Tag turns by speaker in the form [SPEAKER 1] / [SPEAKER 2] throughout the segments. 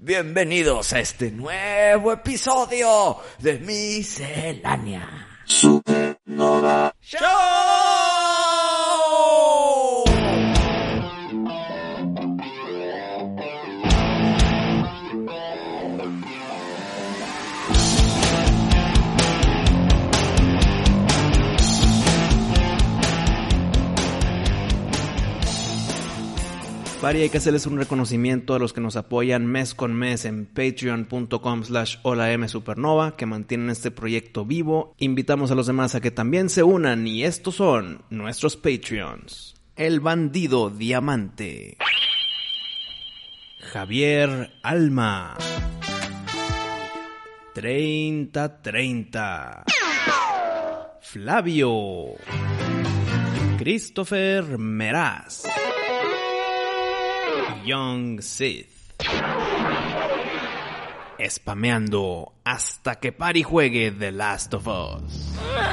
[SPEAKER 1] Bienvenidos a este nuevo episodio de Miscelánea
[SPEAKER 2] Supernova.
[SPEAKER 1] Show.
[SPEAKER 3] Pari, hay que hacerles un reconocimiento a los que nos apoyan mes con mes en patreon.com slash holamsupernova, que mantienen este proyecto vivo. Invitamos a los demás a que también se unan y estos son nuestros Patreons. El bandido diamante. Javier Alma. 3030. Flavio. Christopher Meraz. Young Sith. Spameando hasta que Pari juegue The Last of Us.
[SPEAKER 4] You're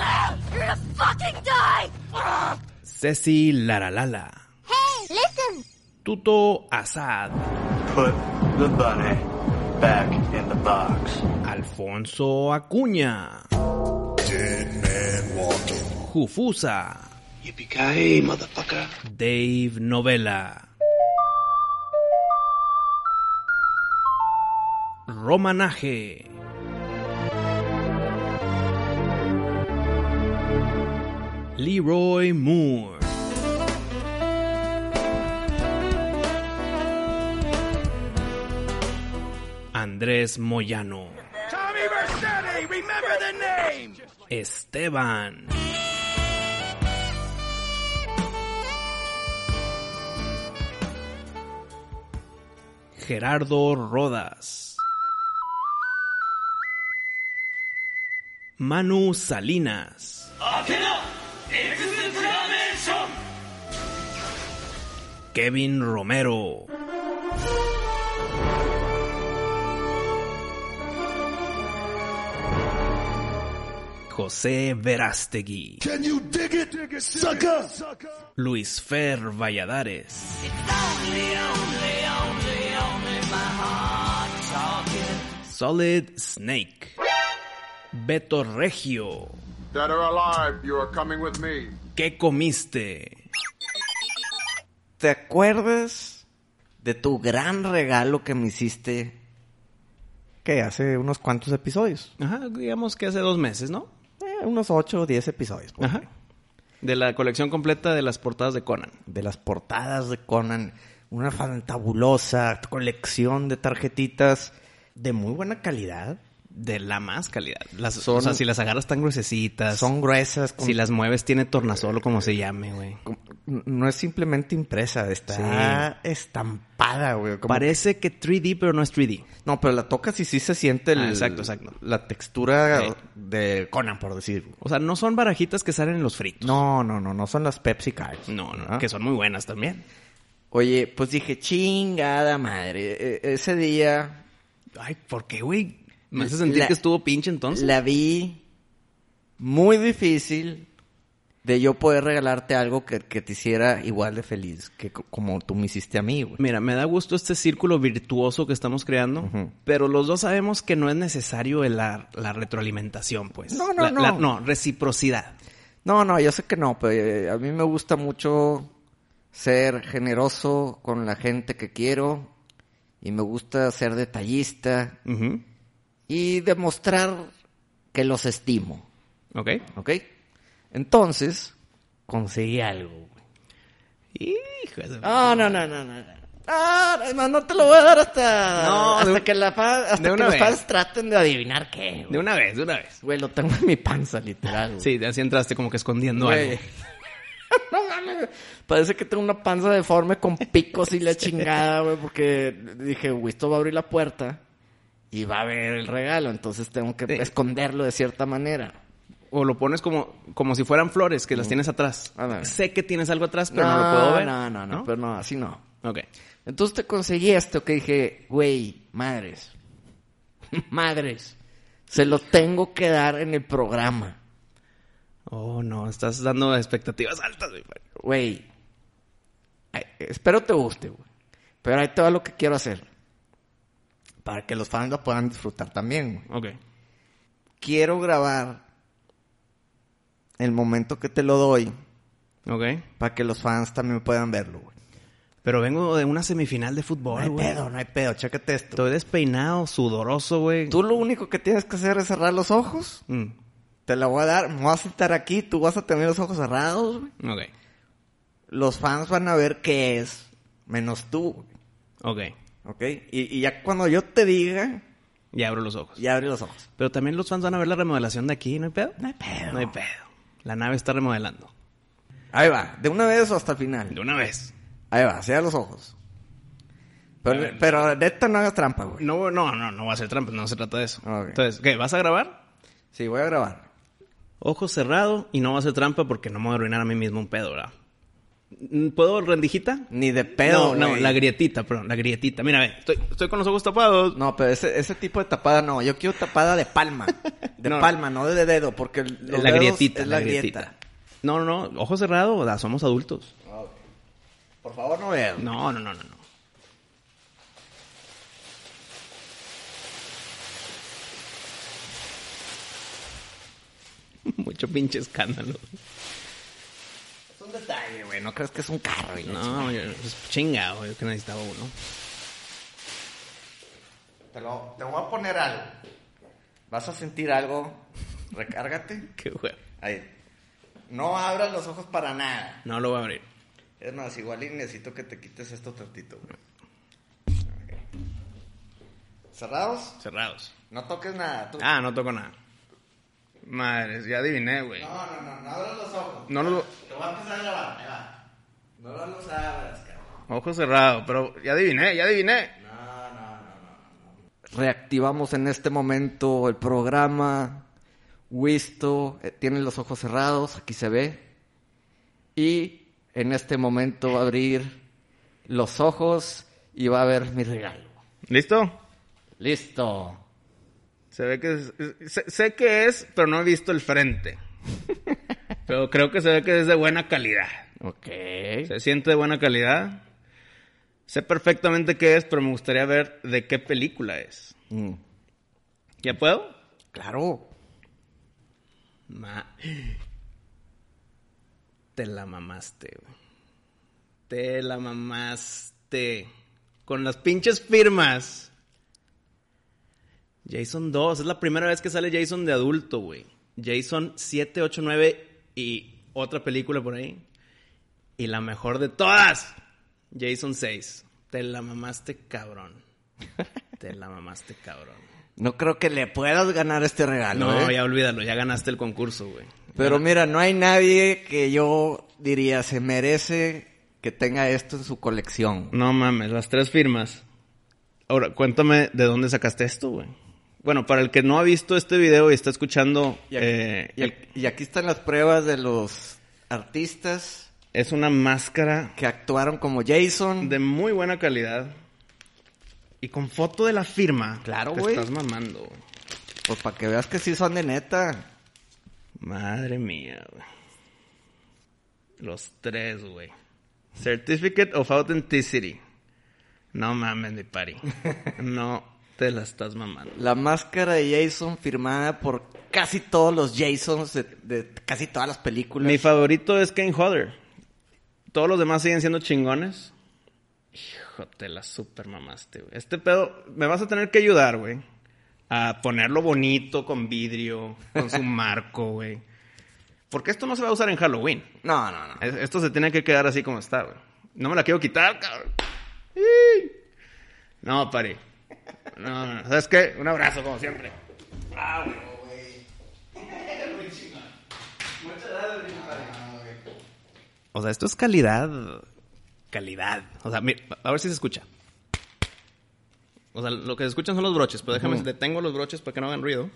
[SPEAKER 4] gonna fucking die!
[SPEAKER 3] Ceci Laralala.
[SPEAKER 4] Hey, listen!
[SPEAKER 3] Tuto Asad.
[SPEAKER 2] Put the bunny back in the box.
[SPEAKER 3] Alfonso Acuña. Jufusa.
[SPEAKER 2] Yippee motherfucker.
[SPEAKER 3] Dave Novela. Romanaje. Leroy Moore. Andrés Moyano. Esteban. Gerardo Rodas. Manu Salinas. ¡Este Kevin Romero. José Verástegui.
[SPEAKER 5] Can you dig it, sucker?
[SPEAKER 3] Luis Fer Valladares. Solid Snake. Beto Regio.
[SPEAKER 6] Dead or alive, you are coming with me.
[SPEAKER 3] ¿Qué comiste?
[SPEAKER 1] ¿Te acuerdas de tu gran regalo que me hiciste? Que hace unos cuantos episodios.
[SPEAKER 3] Ajá, digamos que hace dos meses, ¿no?
[SPEAKER 1] Eh, unos 8 o 10 episodios. pues. ponle.
[SPEAKER 3] Ajá. De la colección completa de las portadas de Conan.
[SPEAKER 1] de las portadas de Conan, una fantabulosa colección de tarjetitas de muy buena calidad.
[SPEAKER 3] De la más calidad. Las,
[SPEAKER 1] Son-
[SPEAKER 3] O sea, si las agarras tan gruesecitas.
[SPEAKER 1] Son gruesas, con-
[SPEAKER 3] Si las mueves tiene tornasol, como se llame, güey.
[SPEAKER 1] con- no es simplemente impresa, está estampada, güey. como
[SPEAKER 3] Parece que 3D, pero no es 3D.
[SPEAKER 1] que- No, pero la tocas y sí se siente el-
[SPEAKER 3] Ah, exacto, exacto.
[SPEAKER 1] la textura
[SPEAKER 3] Sí.
[SPEAKER 1] de Conan, por decir.
[SPEAKER 3] O sea, no son barajitas que salen en los fritos.
[SPEAKER 1] No, no, no, no son las Pepsi Cards.
[SPEAKER 3] No, no,
[SPEAKER 1] ¿Ah?
[SPEAKER 3] que son muy buenas también.
[SPEAKER 1] Oye, pues dije, chingada madre, e- e- ese día
[SPEAKER 3] Ay, ¿por qué, güey? Me hace sentir
[SPEAKER 1] La-
[SPEAKER 3] que estuvo pinche entonces.
[SPEAKER 1] La vi muy difícil de yo poder regalarte algo que, que te hiciera igual de feliz que co- como tú me hiciste a mí, güey.
[SPEAKER 3] Mira, me da gusto este círculo virtuoso que estamos creando,
[SPEAKER 1] Ujú.
[SPEAKER 3] pero los dos sabemos que no es necesario el- la, la retroalimentación, pues.
[SPEAKER 1] No, no,
[SPEAKER 3] La-
[SPEAKER 1] no.
[SPEAKER 3] la- no, reciprocidad.
[SPEAKER 1] No, no, yo sé que no, pero eh, a mí me gusta mucho ser generoso con la gente que quiero y me gusta ser detallista
[SPEAKER 3] Ujú.
[SPEAKER 1] y demostrar que los estimo,
[SPEAKER 3] Ok.
[SPEAKER 1] ¿ok? Entonces, conseguí algo, güey.
[SPEAKER 3] Hijo de-
[SPEAKER 1] No, no, no, no, no. no. Ah, además no te lo voy a dar hasta,
[SPEAKER 3] No, de
[SPEAKER 1] hasta
[SPEAKER 3] un-
[SPEAKER 1] que, la, pa- hasta
[SPEAKER 3] de
[SPEAKER 1] que
[SPEAKER 3] una
[SPEAKER 1] los
[SPEAKER 3] vez.
[SPEAKER 1] padres traten de adivinar qué.
[SPEAKER 3] De
[SPEAKER 1] Güey.
[SPEAKER 3] una vez, de una vez.
[SPEAKER 1] Güey, lo tengo en mi panza, literal. güey.
[SPEAKER 3] Sí, así entraste como que escondiendo
[SPEAKER 1] Güey.
[SPEAKER 3] algo.
[SPEAKER 1] no mames. güey. Parece que tengo una panza deforme con picos y la chingada, güey, porque dije, güey, esto va a abrir la puerta y va a ver el regalo, entonces tengo que
[SPEAKER 3] Sí.
[SPEAKER 1] esconderlo de cierta manera.
[SPEAKER 3] O lo pones como, como si fueran flores que las tienes atrás.
[SPEAKER 1] Mm. Ándale.
[SPEAKER 3] Sé que tienes algo atrás, pero no, lo puedo ver.
[SPEAKER 1] No, no, no, pero no, así no.
[SPEAKER 3] Ok.
[SPEAKER 1] Entonces te conseguí esto que dije, güey, madres, madres, se lo tengo que dar en el programa.
[SPEAKER 3] Oh, no, estás dando expectativas altas, güey.
[SPEAKER 1] Güey, ay, espero te guste, güey. Pero ahí te va lo que quiero hacer. para que los fans la puedan disfrutar también. güey.
[SPEAKER 3] Ok.
[SPEAKER 1] Quiero grabar el momento que te lo doy
[SPEAKER 3] Ok.
[SPEAKER 1] para que los fans también puedan verlo, güey.
[SPEAKER 3] Pero vengo de una semifinal de
[SPEAKER 1] No
[SPEAKER 3] fútbol,
[SPEAKER 1] hay
[SPEAKER 3] güey.
[SPEAKER 1] pedo, no hay pedo, chécate esto.
[SPEAKER 3] Estoy despeinado, sudoroso, güey.
[SPEAKER 1] Tú lo único que tienes que hacer es cerrar los ojos.
[SPEAKER 3] Mm,
[SPEAKER 1] Te la voy a dar, me voy a sentar aquí, tú vas a tener los ojos cerrados, güey.
[SPEAKER 3] Ok.
[SPEAKER 1] Los fans van a ver qué es, menos tú, güey.
[SPEAKER 3] Ok.
[SPEAKER 1] ¿ok? Y, y ya cuando yo te diga,
[SPEAKER 3] Ya abro los ojos.
[SPEAKER 1] ya abre los ojos.
[SPEAKER 3] Pero también los fans van a ver la remodelación de aquí, ¿no hay pedo? No hay
[SPEAKER 1] pedo.
[SPEAKER 3] No hay pedo. La nave está remodelando.
[SPEAKER 1] Ahí va, de una vez o hasta el final.
[SPEAKER 3] De una vez.
[SPEAKER 1] Ahí va, cierra los ojos. Pero, pero neta, no hagas trampa, güey.
[SPEAKER 3] No, no, no, no va a ser trampa, no se trata de eso.
[SPEAKER 1] Ok.
[SPEAKER 3] Entonces, ¿qué? ¿Vas a grabar?
[SPEAKER 1] Sí, voy a grabar.
[SPEAKER 3] Ojo cerrado y no va a ser trampa porque no me voy a arruinar a mí mismo un pedo, ¿verdad? Mm, ¿Puedo rendijita?
[SPEAKER 1] Ni de pedo,
[SPEAKER 3] No, no,
[SPEAKER 1] güey.
[SPEAKER 3] la grietita, perdón, la grietita. Mira, ve, estoy, estoy con los ojos tapados.
[SPEAKER 1] No, pero ese, ese tipo de tapada no. Yo quiero tapada de palma. De
[SPEAKER 3] No.
[SPEAKER 1] palma, no de dedo, porque los
[SPEAKER 3] la
[SPEAKER 1] dedos
[SPEAKER 3] grietita,
[SPEAKER 1] es
[SPEAKER 3] la, grietita. No, no, no, ojo cerrado, o sea, somos adultos.
[SPEAKER 1] Por favor, no veas.
[SPEAKER 3] No, no, no, no, no. Mucho pinche escándalo.
[SPEAKER 1] Es un detalle, güey. No crees que es un carro. y la chingada.
[SPEAKER 3] No, yo, pues, chinga, güey, que necesitaba uno.
[SPEAKER 1] Te, lo- te voy a poner algo. Vas a sentir algo. Recárgate.
[SPEAKER 3] Qué güey.
[SPEAKER 1] Ahí. No abras los ojos para nada.
[SPEAKER 3] No lo voy a abrir.
[SPEAKER 1] Es más, igual y necesito que te quites esto tantito, güey. Ok. ¿Cerrados?
[SPEAKER 3] Cerrados.
[SPEAKER 1] No toques nada. tú.
[SPEAKER 3] Ah, no toco nada. Madres, ya adiviné, güey.
[SPEAKER 1] No, no, no, no abras los ojos.
[SPEAKER 3] No lo...
[SPEAKER 1] Te voy a empezar a grabar, ahí va. No los abras, cabrón.
[SPEAKER 3] Ojo cerrado, pero ya adiviné, ya adiviné.
[SPEAKER 1] Reactivamos en este momento el programa. Wisto eh, tiene los ojos cerrados, aquí se ve. Y en este momento va a abrir los ojos y va a ver mi regalo.
[SPEAKER 3] ¿Listo?
[SPEAKER 1] Listo.
[SPEAKER 3] Se ve que es- es- sé, sé que es, pero no he visto el frente. Pero creo que se ve que es de buena calidad.
[SPEAKER 1] Ok.
[SPEAKER 3] Se siente de buena calidad. Sé perfectamente qué es, pero me gustaría ver de qué película es.
[SPEAKER 1] Mm,
[SPEAKER 3] ¿Ya puedo?
[SPEAKER 1] Claro.
[SPEAKER 3] Ma- Te la mamaste, güey. Te la mamaste. Con las pinches firmas. Jason 2. Es la primera vez que sale Jason de adulto, güey. Jason 7, 8, 9 y otra película por ahí. Y la mejor de todas. Jason 6. Te la mamaste, cabrón. Te la mamaste, cabrón.
[SPEAKER 1] No creo que le puedas ganar este regalo.
[SPEAKER 3] No,
[SPEAKER 1] ¿eh?
[SPEAKER 3] ya olvídalo. Ya ganaste el concurso, güey.
[SPEAKER 1] Pero mira, no hay nadie que yo diría se merece que tenga esto en su colección.
[SPEAKER 3] No mames, las tres firmas. Ahora, cuéntame de dónde sacaste esto, güey. Bueno, para el que no ha visto este video y está escuchando,
[SPEAKER 1] Y aquí,
[SPEAKER 3] eh,
[SPEAKER 1] y ac- y aquí están las pruebas de los artistas
[SPEAKER 3] es una máscara
[SPEAKER 1] que actuaron como Jason.
[SPEAKER 3] de muy buena calidad y con foto de la firma.
[SPEAKER 1] Claro,
[SPEAKER 3] Te
[SPEAKER 1] güey.
[SPEAKER 3] estás mamando, güey.
[SPEAKER 1] Pues para que veas que sí son de neta.
[SPEAKER 3] Madre mía, güey. Los tres, güey. Certificate of Authenticity. No mames, mi pari. No te la estás mamando.
[SPEAKER 1] La máscara de Jason firmada por casi todos los Jasons de, de casi todas las películas.
[SPEAKER 3] Mi favorito es Kane Hodder. Todos los demás siguen siendo chingones. Hijo, te la super mamaste, güey. Este pedo, me vas a tener que ayudar, güey. A ponerlo bonito, con vidrio, con su marco, güey. Porque esto no se va a usar en Halloween.
[SPEAKER 1] No, no, no.
[SPEAKER 3] Es- Esto se tiene que quedar así como está, güey. No me la quiero quitar, cabrón. ¡Ih! No, pari. No, no, no. ¿Sabes qué? Un abrazo, como siempre. O sea, esto es calidad. Calidad. O sea, mira, a ver si se escucha. O sea, lo que se escuchan son los broches, pero déjame, detengo los broches para que no hagan ruido.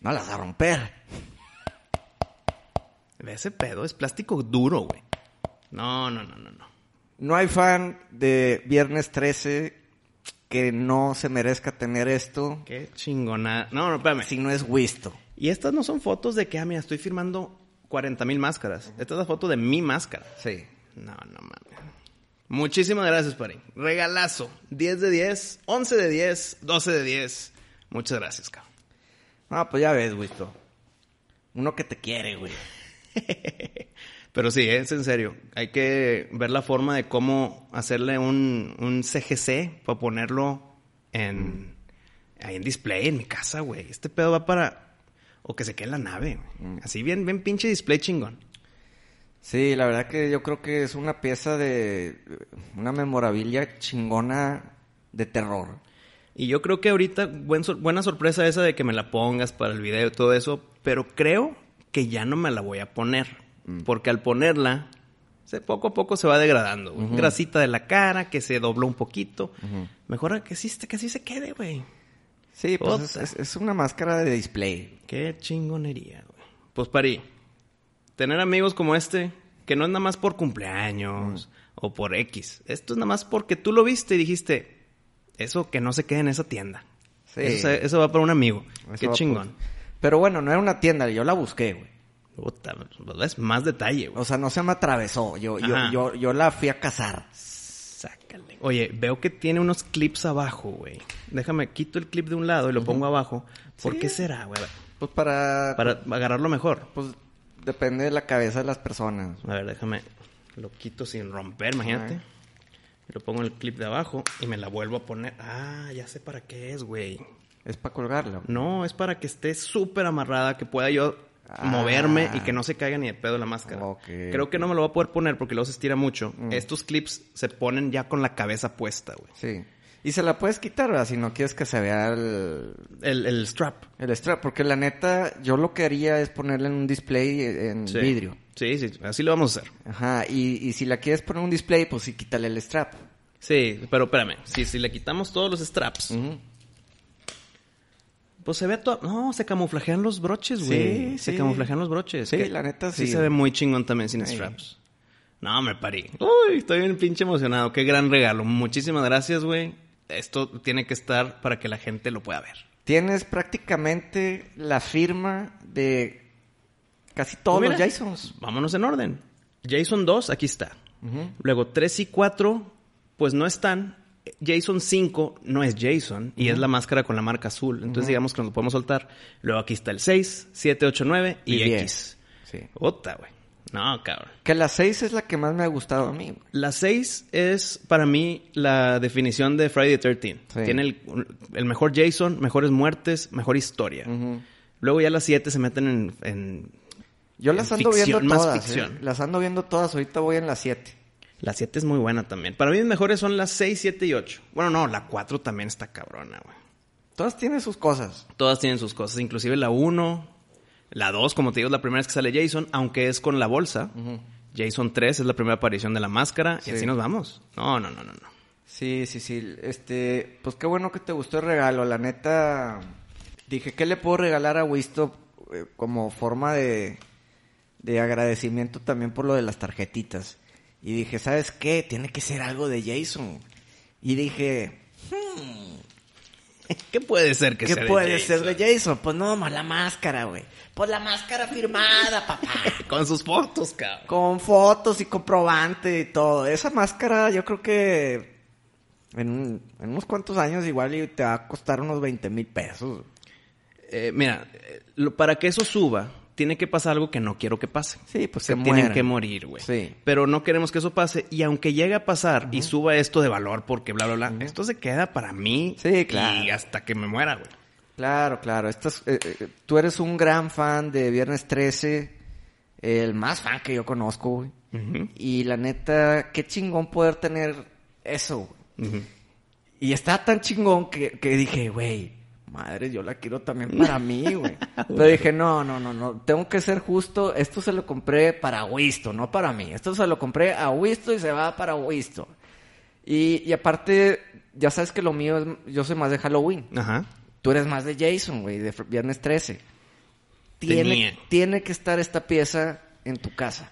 [SPEAKER 1] No las vas a romper.
[SPEAKER 3] Ve ese pedo, es plástico duro, güey. No, no, no, no, no.
[SPEAKER 1] No hay fan de Viernes 13 que no se merezca tener esto
[SPEAKER 3] Qué chingona. No, no, espérame.
[SPEAKER 1] si no es Wisto.
[SPEAKER 3] Y estas no son fotos de que, ah, mira, estoy firmando 40 mil máscaras. Esta es la foto de mi máscara.
[SPEAKER 1] Sí.
[SPEAKER 3] No, no mames. Muchísimas gracias, Pari. Regalazo. 10 de 10, 11 de 10, 12 de 10. Muchas gracias, cabrón.
[SPEAKER 7] Ah, pues ya ves, Wisto. Uno que te quiere, güey.
[SPEAKER 3] Pero sí, ¿eh? es en serio. Hay que ver la forma de cómo hacerle un, un CGC para ponerlo en, ahí en display en mi casa, güey. Este pedo va para... O que se quede en la nave, güey. Así bien, bien pinche display chingón.
[SPEAKER 7] Sí, la verdad que yo creo que es una pieza de una memorabilia chingona de terror.
[SPEAKER 3] Y yo creo que ahorita, buen sor- buena sorpresa esa de que me la pongas para el video y todo eso, pero creo que ya no me la voy a poner. Porque al ponerla, se, poco a poco se va degradando. güey. Grasita de la cara, que se dobló un poquito. Mejor que sí, que así se quede, güey.
[SPEAKER 7] Sí, pues es,
[SPEAKER 3] Ota.
[SPEAKER 7] es- es una máscara de display.
[SPEAKER 3] Qué chingonería, güey. Pues Pari, tener amigos como este, que no es nada más por cumpleaños o por X. Esto es nada más porque tú lo viste y dijiste, eso que no se quede en esa tienda.
[SPEAKER 7] Sí.
[SPEAKER 3] Eso, se- eso va para un amigo.
[SPEAKER 7] Eso
[SPEAKER 3] Qué
[SPEAKER 7] va,
[SPEAKER 3] chingón.
[SPEAKER 7] pues. Pero bueno, no era una tienda, yo la busqué, güey.
[SPEAKER 3] Puta, pues, es más detalle, güey.
[SPEAKER 7] O sea, no se me atravesó. Yo, yo,
[SPEAKER 3] Ajá.
[SPEAKER 7] yo, yo la fui a cazar.
[SPEAKER 3] Sácale. Oye, veo que tiene unos clips abajo, güey. Déjame, quito el clip de un lado y lo pongo abajo. ¿Por qué será, güey?
[SPEAKER 7] Pues para.
[SPEAKER 3] Para agarrarlo mejor.
[SPEAKER 7] Pues depende de la cabeza de las personas.
[SPEAKER 3] A ver, déjame. Lo quito sin romper, imagínate.
[SPEAKER 7] Ajá.
[SPEAKER 3] Y Lo pongo en el clip de abajo y me la vuelvo a poner. Ah, ya sé para qué es, güey.
[SPEAKER 7] Es para colgarla.
[SPEAKER 3] No, es para que esté súper amarrada, que pueda yo
[SPEAKER 7] Ah.
[SPEAKER 3] moverme y que no se caiga ni de pedo la máscara.
[SPEAKER 7] Ok. Mm.
[SPEAKER 3] Creo que no me lo voy a poder poner porque luego se estira mucho. Estos clips se ponen ya con la cabeza puesta, güey.
[SPEAKER 7] Sí. Y se la puedes quitar, ¿verdad? Si no quieres que se vea el,
[SPEAKER 3] El, el strap.
[SPEAKER 7] el strap. Porque la neta, yo lo que haría es ponerla en un display eh, en
[SPEAKER 3] Sí.
[SPEAKER 7] vidrio.
[SPEAKER 3] Sí, sí, así lo vamos a hacer.
[SPEAKER 7] Ajá. Y, y si la quieres poner en un display, pues sí, quítale el strap.
[SPEAKER 3] Sí, pero espérame. Si, si le quitamos todos los straps, pues se ve todo. No, se camuflajean los broches, güey.
[SPEAKER 7] Sí,
[SPEAKER 3] se
[SPEAKER 7] sí.
[SPEAKER 3] camuflajean los broches.
[SPEAKER 7] Sí, la neta, sí.
[SPEAKER 3] se ve muy chingón también sin
[SPEAKER 7] Sí.
[SPEAKER 3] straps. No, me parí. Uy, estoy bien pinche emocionado. Qué gran regalo. Muchísimas gracias, güey. Esto tiene que estar para que la gente lo pueda ver.
[SPEAKER 7] Tienes prácticamente la firma de casi todos
[SPEAKER 3] Pues Mira,
[SPEAKER 7] los Jasons.
[SPEAKER 3] Vámonos en orden. Jason 2, aquí está. Luego 3 y 4, pues no están. Jason 5 no es Jason y es la máscara con la marca azul. Entonces digamos que nos lo podemos soltar. Luego aquí está el 6, 7, 8, 9 y,
[SPEAKER 7] Y
[SPEAKER 3] X.
[SPEAKER 7] 10. Sí.
[SPEAKER 3] Ota, güey. No, cabrón.
[SPEAKER 7] Que la 6 es la que más me ha gustado a mí. güey.
[SPEAKER 3] La 6 es para mí la definición de Friday the 13th.
[SPEAKER 7] Sí.
[SPEAKER 3] Tiene el, el mejor Jason, mejores muertes, mejor historia.
[SPEAKER 7] Ujú.
[SPEAKER 3] Luego ya las 7 se meten en, en-
[SPEAKER 7] Yo las
[SPEAKER 3] En
[SPEAKER 7] ando
[SPEAKER 3] ficción,
[SPEAKER 7] viendo
[SPEAKER 3] más
[SPEAKER 7] todas.
[SPEAKER 3] ficción.
[SPEAKER 7] ¿eh? Las ando viendo todas. Ahorita voy en la 7.
[SPEAKER 3] La 7 es muy buena también. Para mí mis mejores son las 6, 7 y 8. Bueno, no, la 4 también está cabrona, güey.
[SPEAKER 7] Todas tienen sus cosas.
[SPEAKER 3] Todas tienen sus cosas, inclusive la 1, la 2, como te digo, es la primera vez que sale Jason, aunque es con la bolsa. Jason 3 es la primera aparición de la máscara
[SPEAKER 7] Sí.
[SPEAKER 3] y así nos vamos. No, no, no, no, no.
[SPEAKER 7] Sí, sí, sí. Este, pues qué bueno que te gustó el regalo. La neta, dije, ¿qué le puedo regalar a Wisto eh, como forma de, de agradecimiento también por lo de las tarjetitas? Y dije, ¿sabes qué? Tiene que ser algo de Jason. Y dije,
[SPEAKER 3] ¿Qué puede ser que
[SPEAKER 7] ¿qué
[SPEAKER 3] sea de
[SPEAKER 7] puede
[SPEAKER 3] Jason?
[SPEAKER 7] ser de Jason? Pues no, más la máscara, güey. Pues la máscara firmada, papá.
[SPEAKER 3] Con sus fotos, cabrón.
[SPEAKER 7] Con fotos y comprobante y todo. Esa máscara yo creo que en, un- en unos cuantos años igual y te va a costar unos 20 mil pesos.
[SPEAKER 3] Eh, mira, eh, lo- para que eso suba, tiene que pasar algo que no quiero que pase.
[SPEAKER 7] Sí, pues
[SPEAKER 3] Se
[SPEAKER 7] que
[SPEAKER 3] tienen
[SPEAKER 7] mueran.
[SPEAKER 3] que morir, güey.
[SPEAKER 7] Sí.
[SPEAKER 3] Pero no queremos que eso pase. Y aunque llegue a pasar y suba esto de valor porque bla, bla, bla, esto se queda para mí.
[SPEAKER 7] Sí, claro.
[SPEAKER 3] Y hasta que me muera, güey.
[SPEAKER 7] Claro, claro. Estas, eh, eh, tú eres un gran fan de Viernes 13, el más fan que yo conozco, güey. Y la neta, qué chingón poder tener eso, güey. Y está tan chingón que, que dije, güey, madre, yo la quiero también para mí, güey. Pero dije, no, no, no, no, tengo que ser justo. Esto se lo compré para Wisto, no para mí. Esto se lo compré a Wisto y se va para Wisto. Y, y aparte, ya sabes que lo mío es, yo soy más de Halloween.
[SPEAKER 3] Ajá.
[SPEAKER 7] Tú eres más de Jason, güey, de fr- Viernes 13.
[SPEAKER 3] Tenía.
[SPEAKER 7] Tiene, tiene que estar esta pieza en tu casa.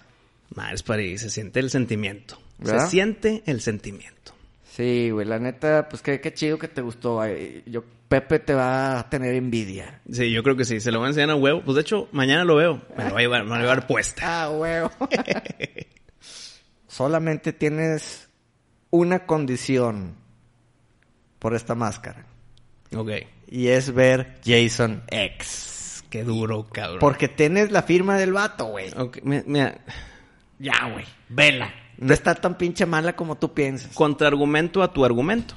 [SPEAKER 3] Madres París, se siente el sentimiento.
[SPEAKER 7] ¿Verdad?
[SPEAKER 3] Se siente el sentimiento.
[SPEAKER 7] Sí, güey, la neta, pues qué, qué chido que te gustó. güey. Yo, Pepe te va a tener envidia.
[SPEAKER 3] Sí, yo creo que sí. Se lo voy a enseñar a huevo. Pues de hecho, mañana lo veo. Me lo voy a llevar, me lo voy a llevar puesta.
[SPEAKER 7] Ah, huevo. Solamente tienes una condición por esta máscara.
[SPEAKER 3] Ok.
[SPEAKER 7] Y es ver Jason X.
[SPEAKER 3] Qué duro, cabrón.
[SPEAKER 7] Porque tienes la firma del vato, güey.
[SPEAKER 3] Ok, mira, mira,
[SPEAKER 7] Ya, güey. Vela. No está tan pinche mala como tú piensas.
[SPEAKER 3] contraargumento a tu argumento.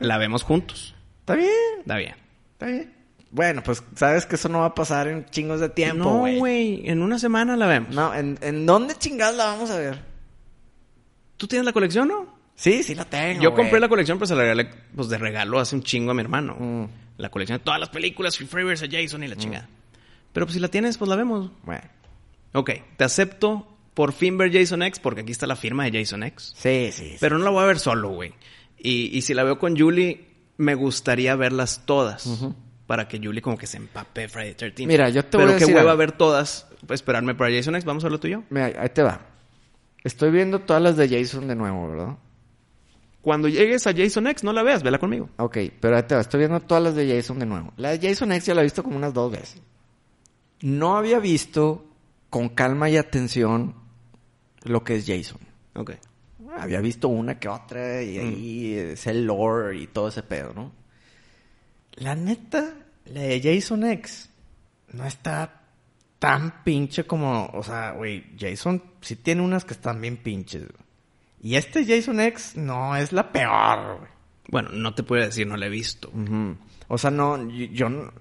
[SPEAKER 3] La vemos juntos.
[SPEAKER 7] Está bien,
[SPEAKER 3] Está bien.
[SPEAKER 7] está bien. Bueno, pues sabes que eso no va a pasar en chingos de tiempo,
[SPEAKER 3] no,
[SPEAKER 7] güey.
[SPEAKER 3] güey. En una semana la vemos.
[SPEAKER 7] No, ¿en, ¿en dónde chingados la vamos a ver?
[SPEAKER 3] ¿Tú tienes la colección, no?
[SPEAKER 7] Sí, sí la tengo.
[SPEAKER 3] Yo
[SPEAKER 7] güey.
[SPEAKER 3] compré la colección, pero se la regalé pues, de regalo hace un chingo a mi hermano.
[SPEAKER 7] Mm.
[SPEAKER 3] La colección de todas las películas, Free Fire vs. Jason y la chingada. Pero pues si la tienes, pues la vemos.
[SPEAKER 7] Bueno,
[SPEAKER 3] Ok, te acepto por fin ver Jason X, porque aquí está la firma de Jason X.
[SPEAKER 7] sí, sí. sí.
[SPEAKER 3] Pero no la voy a ver solo, güey. Y, y si la veo con Julie, me gustaría verlas todas. Para que Julie como que se empape de Friday 13.
[SPEAKER 7] Mira, yo te
[SPEAKER 3] Pero
[SPEAKER 7] voy a
[SPEAKER 3] que
[SPEAKER 7] decir
[SPEAKER 3] hueva
[SPEAKER 7] algo.
[SPEAKER 3] ver todas. pues, Esperarme para Jason X. Vamos a verlo tú y yo.
[SPEAKER 7] Mira, ahí te va. Estoy viendo todas las de Jason de nuevo, ¿verdad?
[SPEAKER 3] Cuando llegues a Jason X, no la veas. Vela conmigo.
[SPEAKER 7] Ok, pero ahí te va. Estoy viendo todas las de Jason de nuevo. La de Jason X ya la he visto como unas dos veces. No había visto con calma y atención lo que es Jason.
[SPEAKER 3] Ok.
[SPEAKER 7] Había visto una que otra y ahí eh, es el lore y todo ese pedo, ¿no? La neta, la de Jason X no está tan pinche como, o sea, güey, Jason sí tiene unas que están bien pinches. güey. Y este Jason X no es la peor, güey.
[SPEAKER 3] Bueno, no te puedo decir, no la he visto.
[SPEAKER 7] Ujú. O sea, no, yo, yo no-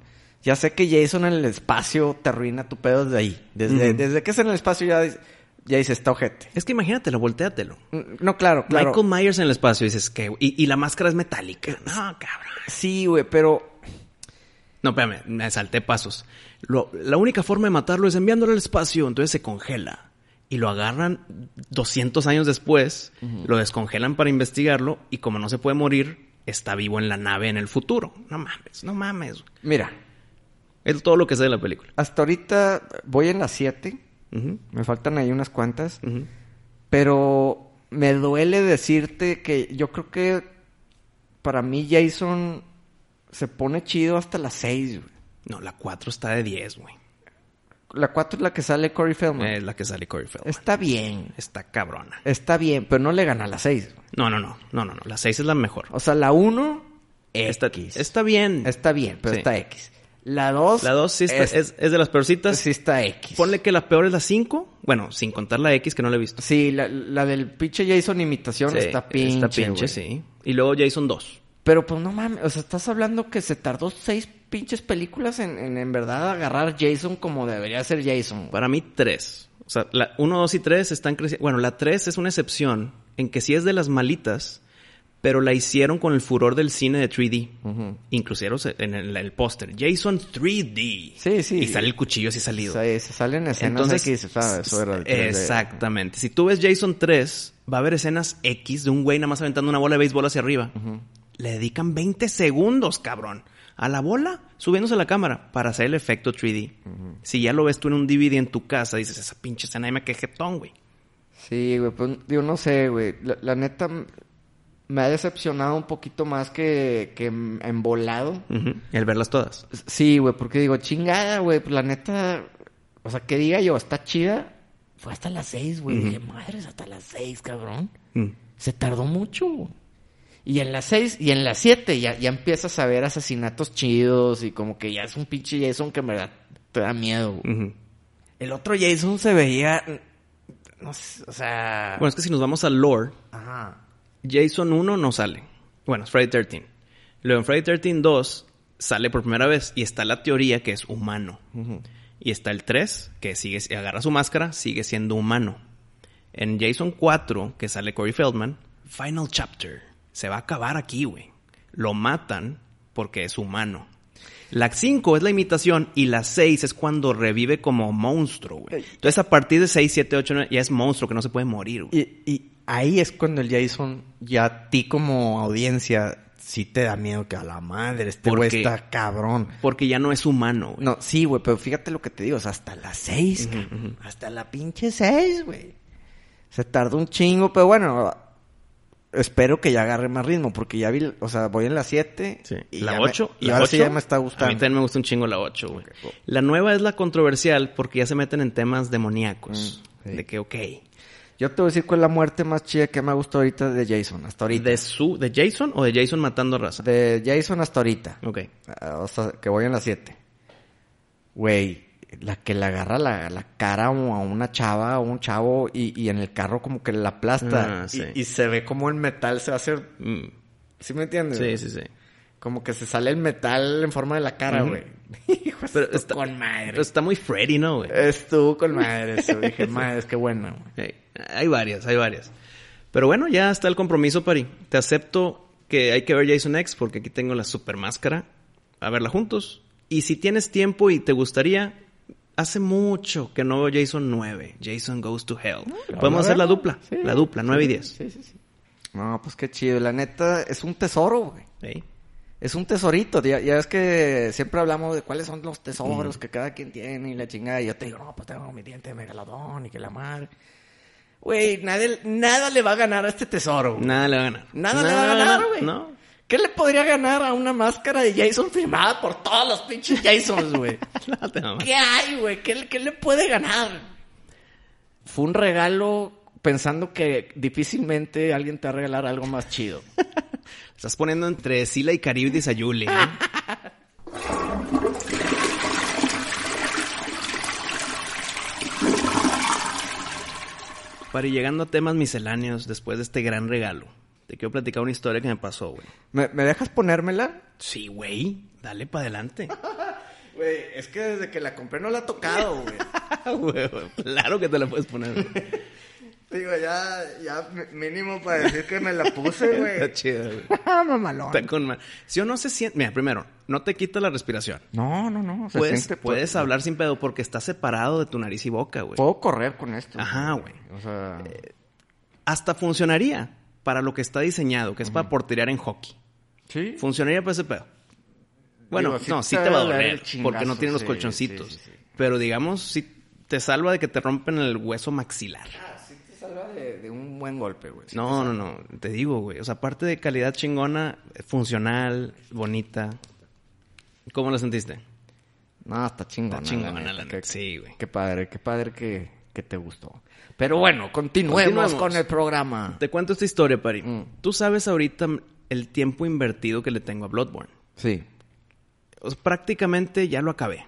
[SPEAKER 7] ya sé que Jason en el espacio te arruina tu pedo desde ahí. Desde,
[SPEAKER 3] Ujú.
[SPEAKER 7] desde que es en el espacio ya, dice- ya dice, está ojete.
[SPEAKER 3] Es que imagínatelo, volteatelo.
[SPEAKER 7] No, claro, claro.
[SPEAKER 3] Michael Myers en el espacio, dices que... Y, y la máscara es metálica. No, cabrón.
[SPEAKER 7] Sí, güey, pero
[SPEAKER 3] No, espérame, me salté pasos. Lo- la única forma de matarlo es enviándolo al espacio, entonces se congela. Y lo agarran 200 años después, lo descongelan para investigarlo, y como no se puede morir, está vivo en la nave en el futuro. No mames, no mames.
[SPEAKER 7] mira,
[SPEAKER 3] Es todo lo que sé de la película.
[SPEAKER 7] hasta ahorita voy en las 7.
[SPEAKER 3] Ujú,
[SPEAKER 7] Me faltan ahí unas cuantas.
[SPEAKER 3] ujú.
[SPEAKER 7] Pero me duele decirte que yo creo que para mí Jason se pone chido hasta las 6, güey.
[SPEAKER 3] No, la 4 está de 10, güey.
[SPEAKER 7] La 4 es la que sale Corey Feldman.
[SPEAKER 3] Es la que sale Corey Feldman.
[SPEAKER 7] Está bien.
[SPEAKER 3] Está cabrona.
[SPEAKER 7] Está bien, pero no le gana a la 6.
[SPEAKER 3] No, no, no, no, no, no. La 6 es la mejor.
[SPEAKER 7] O sea, la 1
[SPEAKER 3] Está,
[SPEAKER 7] X.
[SPEAKER 3] está bien.
[SPEAKER 7] está bien, pero
[SPEAKER 3] Sí.
[SPEAKER 7] está X. La 2
[SPEAKER 3] La 2 sí está- es, es de las peorcitas.
[SPEAKER 7] sí está X.
[SPEAKER 3] Ponle que la peor es la 5. Bueno, sin contar la X que no la he visto.
[SPEAKER 7] Sí, la, la del pinche Jason imitación
[SPEAKER 3] Sí,
[SPEAKER 7] está pinche.
[SPEAKER 3] Está pinche,
[SPEAKER 7] güey.
[SPEAKER 3] sí. Y luego Jason 2.
[SPEAKER 7] Pero pues no mames, o sea, estás hablando que se tardó seis pinches películas en, en, en verdad agarrar Jason como debería ser Jason. güey.
[SPEAKER 3] Para mí, 3. O sea, la 1, 2 y 3 están creciendo. Bueno, la 3 es una excepción en que sí es de las malitas, pero la hicieron con el furor del cine de 3D. Inclusive en el, el póster. Jason 3D.
[SPEAKER 7] Sí, sí.
[SPEAKER 3] Y sale el cuchillo así salido.
[SPEAKER 7] O sea, se salen escenas X, ¿sabes? ah, Eso era el 3D.
[SPEAKER 3] exactamente. Si tú ves Jason 3, va a haber escenas X de un güey nada más aventando una bola de béisbol hacia arriba. Le dedican 20 segundos, cabrón, a la bola subiéndose a la cámara para hacer el efecto 3D. Si ya lo ves tú en un DVD en tu casa, dices, esa pinche escena ahí me quejetón, güey.
[SPEAKER 7] Sí, güey, pues yo no sé, güey. La, la neta m- me ha decepcionado un poquito más que, que m- embolado.
[SPEAKER 3] Ujú. El verlas todas.
[SPEAKER 7] Sí, güey, porque digo, chingada, güey, pues la neta, o sea, que diga yo, está chida. Fue hasta las seis, güey. Dije, madres, hasta las seis, cabrón.
[SPEAKER 3] Mm.
[SPEAKER 7] Se tardó mucho. güey. Y en las seis y en las siete ya, ya empiezas a ver asesinatos chidos y como que ya es un pinche Jason que en verdad te da miedo. güey.
[SPEAKER 3] Ujú.
[SPEAKER 7] El otro Jason se veía, no sé, o
[SPEAKER 1] Ah.
[SPEAKER 7] sea...
[SPEAKER 3] Bueno, es que si nos vamos al lore,
[SPEAKER 7] Ajá.
[SPEAKER 3] Jason 1 no sale. Bueno, es Friday 13. Luego en Friday 13 2 sale por primera vez y está la teoría que es humano. Y está el 3 que sigue, agarra su máscara, sigue siendo humano. En Jason 4, que sale Corey Feldman, Final Chapter. Se va a acabar aquí, güey. Lo matan porque es humano. La 5 es la imitación y la 6 es cuando revive como monstruo, güey. Entonces a partir de 6, 7, 8, 9 ya es monstruo que no se puede morir, güey.
[SPEAKER 7] Y, y ahí es cuando el Jason, ya a ti como audiencia, sí te da miedo que a la madre, este
[SPEAKER 3] ¿Por
[SPEAKER 7] güey
[SPEAKER 3] qué?
[SPEAKER 7] está cabrón.
[SPEAKER 3] Porque ya no es humano, güey.
[SPEAKER 7] No, sí, güey, pero fíjate lo que te digo, o sea, hasta las seis, cabrón. hasta la pinche seis, güey. Se tardó un chingo, pero bueno, espero que ya agarre más ritmo, porque ya vi, o sea, voy en las siete.
[SPEAKER 3] Sí.
[SPEAKER 7] y ya
[SPEAKER 3] la
[SPEAKER 7] me-
[SPEAKER 3] 8.
[SPEAKER 7] y ahora sí ya me está
[SPEAKER 3] A mí
[SPEAKER 7] gustando.
[SPEAKER 3] también me gusta un chingo la 8, güey. La nueva es la controversial porque ya se meten en temas demoníacos.
[SPEAKER 7] Mm, sí.
[SPEAKER 3] De que, ok.
[SPEAKER 7] Yo te voy a decir cuál es la muerte más chida que me ha gustado ahorita de Jason, hasta ahorita.
[SPEAKER 3] ¿De su, de Jason o de Jason matando raza?
[SPEAKER 7] De Jason hasta ahorita.
[SPEAKER 3] Ok.
[SPEAKER 7] Ah, O sea, que voy en las 7. Güey, la que le agarra la, la cara a una chava, a un chavo, y, y en el carro como que la aplasta.
[SPEAKER 3] Ah,
[SPEAKER 7] Y-
[SPEAKER 3] sí.
[SPEAKER 7] y, se ve como el metal se va a hacer...
[SPEAKER 3] Mm.
[SPEAKER 7] ¿Sí me entiendes?
[SPEAKER 3] Sí, sí, sí.
[SPEAKER 7] Como que se sale el metal en forma de la cara,
[SPEAKER 3] Ujú.
[SPEAKER 7] güey. Hijo,
[SPEAKER 3] Pero
[SPEAKER 7] estuvo
[SPEAKER 3] está-
[SPEAKER 7] con
[SPEAKER 3] Pero
[SPEAKER 7] madre.
[SPEAKER 3] está muy Freddy, ¿no, güey?
[SPEAKER 7] Estuvo con madre eso. Dije, madre, es que bueno, güey.
[SPEAKER 3] Hey, hay varias, hay varias. Pero bueno, ya está el compromiso, Pari. Te acepto que hay que ver Jason X porque aquí tengo la super máscara. A verla juntos. Y si tienes tiempo y te gustaría, hace mucho que no veo Jason 9. Jason Goes to Hell. Podemos hacer la dupla.
[SPEAKER 7] Ah, Sí.
[SPEAKER 3] La dupla, 9 y 10.
[SPEAKER 7] Sí, sí, sí. No, pues qué chido. La neta, es un tesoro, güey.
[SPEAKER 3] Ey.
[SPEAKER 7] Es un tesorito, ya, ya es que siempre hablamos de cuáles son los tesoros que cada quien tiene y la chingada. Y yo te digo, no, pues tengo mi diente de megalodón y que la madre. Güey, nadie- nada le va a ganar a este tesoro. güey.
[SPEAKER 3] Nada le va a ganar.
[SPEAKER 7] Nada, le va a ganar, güey.
[SPEAKER 3] No.
[SPEAKER 7] ¿Qué le podría ganar a una máscara de Jason firmada por todos los pinches Jasons, güey?
[SPEAKER 3] No te mames.
[SPEAKER 7] ¿Qué hay, güey? ¿Qué, le- qué le puede ganar? Fue un regalo pensando que difícilmente alguien te va a regalar algo más chido.
[SPEAKER 3] Estás poniendo entre Sila y Caribdis a Yuli. ¿eh? Para ir llegando a temas misceláneos después de este gran regalo, te quiero platicar una historia que me pasó, güey.
[SPEAKER 7] ¿Me, ¿Me dejas ponérmela?
[SPEAKER 3] Sí, güey. Dale para adelante.
[SPEAKER 7] Güey, es que desde que la compré no la he tocado, güey.
[SPEAKER 3] Güey, güey, claro que te la puedes poner. güey.
[SPEAKER 7] Digo, ya, ya mi- mínimo para decir que me la puse,
[SPEAKER 3] Está
[SPEAKER 7] güey.
[SPEAKER 3] chido, güey.
[SPEAKER 7] Ah, mamalón.
[SPEAKER 3] Está con ma- Si uno se siente. Mira, primero, no te quita la respiración.
[SPEAKER 7] No, no, no. se
[SPEAKER 3] Puedes,
[SPEAKER 7] siente-
[SPEAKER 3] puedes hablar sin pedo porque está separado de tu nariz y boca, güey.
[SPEAKER 7] Puedo correr con esto.
[SPEAKER 3] Ajá, güey. Eh,
[SPEAKER 7] O sea,
[SPEAKER 3] hasta funcionaría para lo que está diseñado, que es para porterear en hockey.
[SPEAKER 7] sí.
[SPEAKER 3] Funcionaría para ese pedo. Bueno,
[SPEAKER 7] Digo, sí
[SPEAKER 3] no, sí
[SPEAKER 7] te
[SPEAKER 3] te va a
[SPEAKER 7] debe doler
[SPEAKER 3] doler,
[SPEAKER 7] el chingazo,
[SPEAKER 3] porque no tienen los
[SPEAKER 7] sí,
[SPEAKER 3] colchoncitos.
[SPEAKER 7] sí, sí, sí.
[SPEAKER 3] Pero digamos, sí te salva de que te rompen el hueso maxilar.
[SPEAKER 7] Sí te salva de, de un buen golpe, güey.
[SPEAKER 3] No, no, no, te digo, güey. O sea, aparte de calidad chingona, funcional, bonita. ¿Cómo la sentiste?
[SPEAKER 7] No, está chingona.
[SPEAKER 3] Está chingona,
[SPEAKER 7] neta,
[SPEAKER 3] la
[SPEAKER 7] qué-
[SPEAKER 3] neta, sí, güey.
[SPEAKER 7] Qué padre, qué padre que, que te gustó. Pero bueno, continuemos
[SPEAKER 3] Continuemos.
[SPEAKER 7] con el programa.
[SPEAKER 3] Te cuento esta historia, Pari.
[SPEAKER 7] Mm.
[SPEAKER 3] Tú sabes ahorita el tiempo invertido que le tengo a Bloodborne.
[SPEAKER 7] Sí.
[SPEAKER 3] O sea, prácticamente ya lo acabé.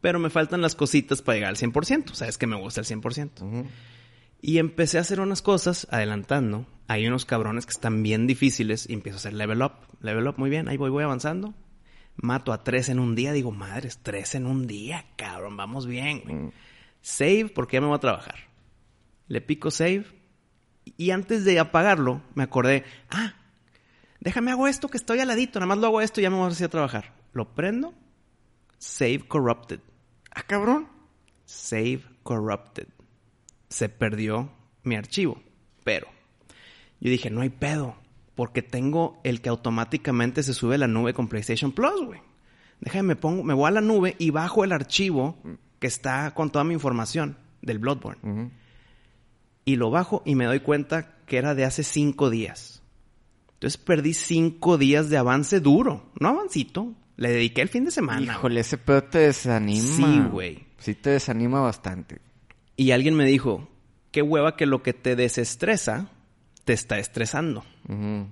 [SPEAKER 3] Pero me faltan las cositas para llegar al 100%. Sabes que me gusta el 100%. Y empecé a hacer unas cosas adelantando. Hay unos cabrones que están bien difíciles y empiezo a hacer level up. Level up, muy bien. Ahí voy, voy avanzando. Mato a tres en un día. Digo, madres, tres en un día, cabrón. Vamos bien, güey. Save, porque ya me voy a trabajar. Le pico save. Y antes de apagarlo, me acordé, ah, déjame hago esto que estoy al ladito, nada más lo hago esto y ya me voy a ir a trabajar. Lo prendo, save corrupted,
[SPEAKER 7] Ah, cabrón.
[SPEAKER 3] save corrupted. Se perdió mi archivo, pero yo dije, no hay pedo, porque tengo el que automáticamente se sube a la nube con PlayStation Plus, güey. Déjame, me pongo, me voy a la nube y bajo el archivo que está con toda mi información del Bloodborne.
[SPEAKER 7] Ujú.
[SPEAKER 3] Y lo bajo y me doy cuenta que era de hace cinco días. Entonces perdí cinco días de avance duro. No avancito. Le dediqué el fin de semana.
[SPEAKER 7] Híjole, ese pedo te desanima.
[SPEAKER 3] Sí, güey.
[SPEAKER 7] Sí te desanima bastante.
[SPEAKER 3] Y alguien me dijo, qué hueva que lo que te desestresa te está estresando.
[SPEAKER 7] Ujú.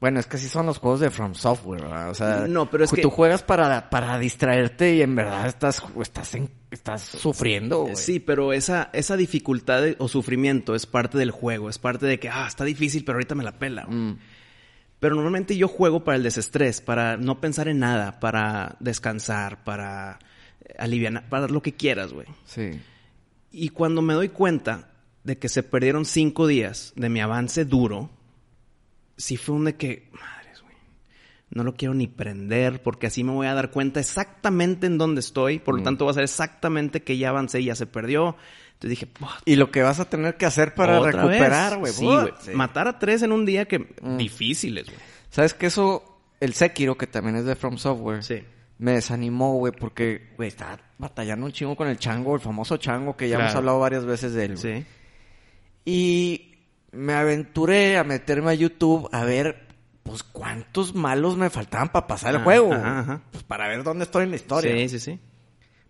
[SPEAKER 7] Bueno, es que así son los juegos de From Software, ¿verdad? O sea,
[SPEAKER 3] No, pero es
[SPEAKER 7] ju-
[SPEAKER 3] que-
[SPEAKER 7] tú juegas para, para distraerte y en verdad estás, estás, en- estás sufriendo, güey.
[SPEAKER 3] Sí, pero esa, esa dificultad de- o sufrimiento es parte del juego. Es parte de que, ah, está difícil, pero ahorita me la pela. güey".
[SPEAKER 7] Mm.
[SPEAKER 3] Pero normalmente yo juego para el desestrés, para no pensar en nada, para descansar, para aliviar, para lo que quieras, güey.
[SPEAKER 7] Sí.
[SPEAKER 3] Y cuando me doy cuenta de que se perdieron cinco días de mi avance duro, sí fue un de que, madres, güey, no lo quiero ni prender porque así me voy a dar cuenta exactamente en dónde estoy.
[SPEAKER 7] Mm.
[SPEAKER 3] Por lo tanto, va a ser exactamente que ya avancé y ya se perdió. Entonces dije, "Puta,
[SPEAKER 7] Y lo que vas a tener que hacer para
[SPEAKER 3] otra vez".
[SPEAKER 7] recuperar, güey.
[SPEAKER 3] Sí,
[SPEAKER 7] What?
[SPEAKER 3] güey.
[SPEAKER 7] Sí. Mm.
[SPEAKER 3] Matar a tres en un día que difíciles, güey.
[SPEAKER 7] ¿Sabes que Eso, el Sekiro, que también es de From Software,
[SPEAKER 3] Sí.
[SPEAKER 7] me desanimó, güey, porque, güey, estaba batallando un chingo con el chango, el famoso chango, que ya hemos
[SPEAKER 3] Claro.
[SPEAKER 7] hablado varias veces de él. güey.
[SPEAKER 3] Sí.
[SPEAKER 7] Y me aventuré a meterme a YouTube a ver, pues, cuántos malos me faltaban para pasar el
[SPEAKER 3] Ah,
[SPEAKER 7] juego.
[SPEAKER 3] ajá,
[SPEAKER 7] güey.
[SPEAKER 3] ajá.
[SPEAKER 7] Pues, para ver dónde estoy en la historia.
[SPEAKER 3] Sí, sí, sí.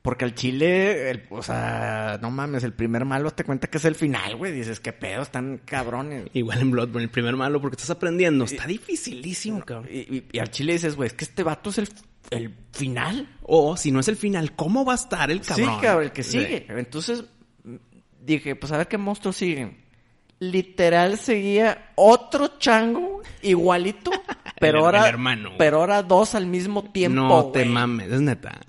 [SPEAKER 7] Porque al chile, el- o sea, no mames, el primer malo te cuenta que es el final, güey. Dices, qué pedo, están cabrones.
[SPEAKER 3] Igual en Bloodborne, el primer malo, porque estás aprendiendo. Está dificilísimo, cabrón.
[SPEAKER 7] Y, y- y al chile dices, güey, es que este vato es el, el final.
[SPEAKER 3] O si no es el final, ¿cómo va a estar el cabrón?
[SPEAKER 7] Sí, cabrón, el que
[SPEAKER 3] Sí.
[SPEAKER 7] sigue. Entonces mm, dije, pues a ver qué monstruos siguen. Literal seguía otro chango igualito, pero
[SPEAKER 3] El-
[SPEAKER 7] ahora
[SPEAKER 3] el hermano, güey.
[SPEAKER 7] pero ahora dos al mismo tiempo.
[SPEAKER 3] no te
[SPEAKER 7] güey.
[SPEAKER 3] mames, es neta.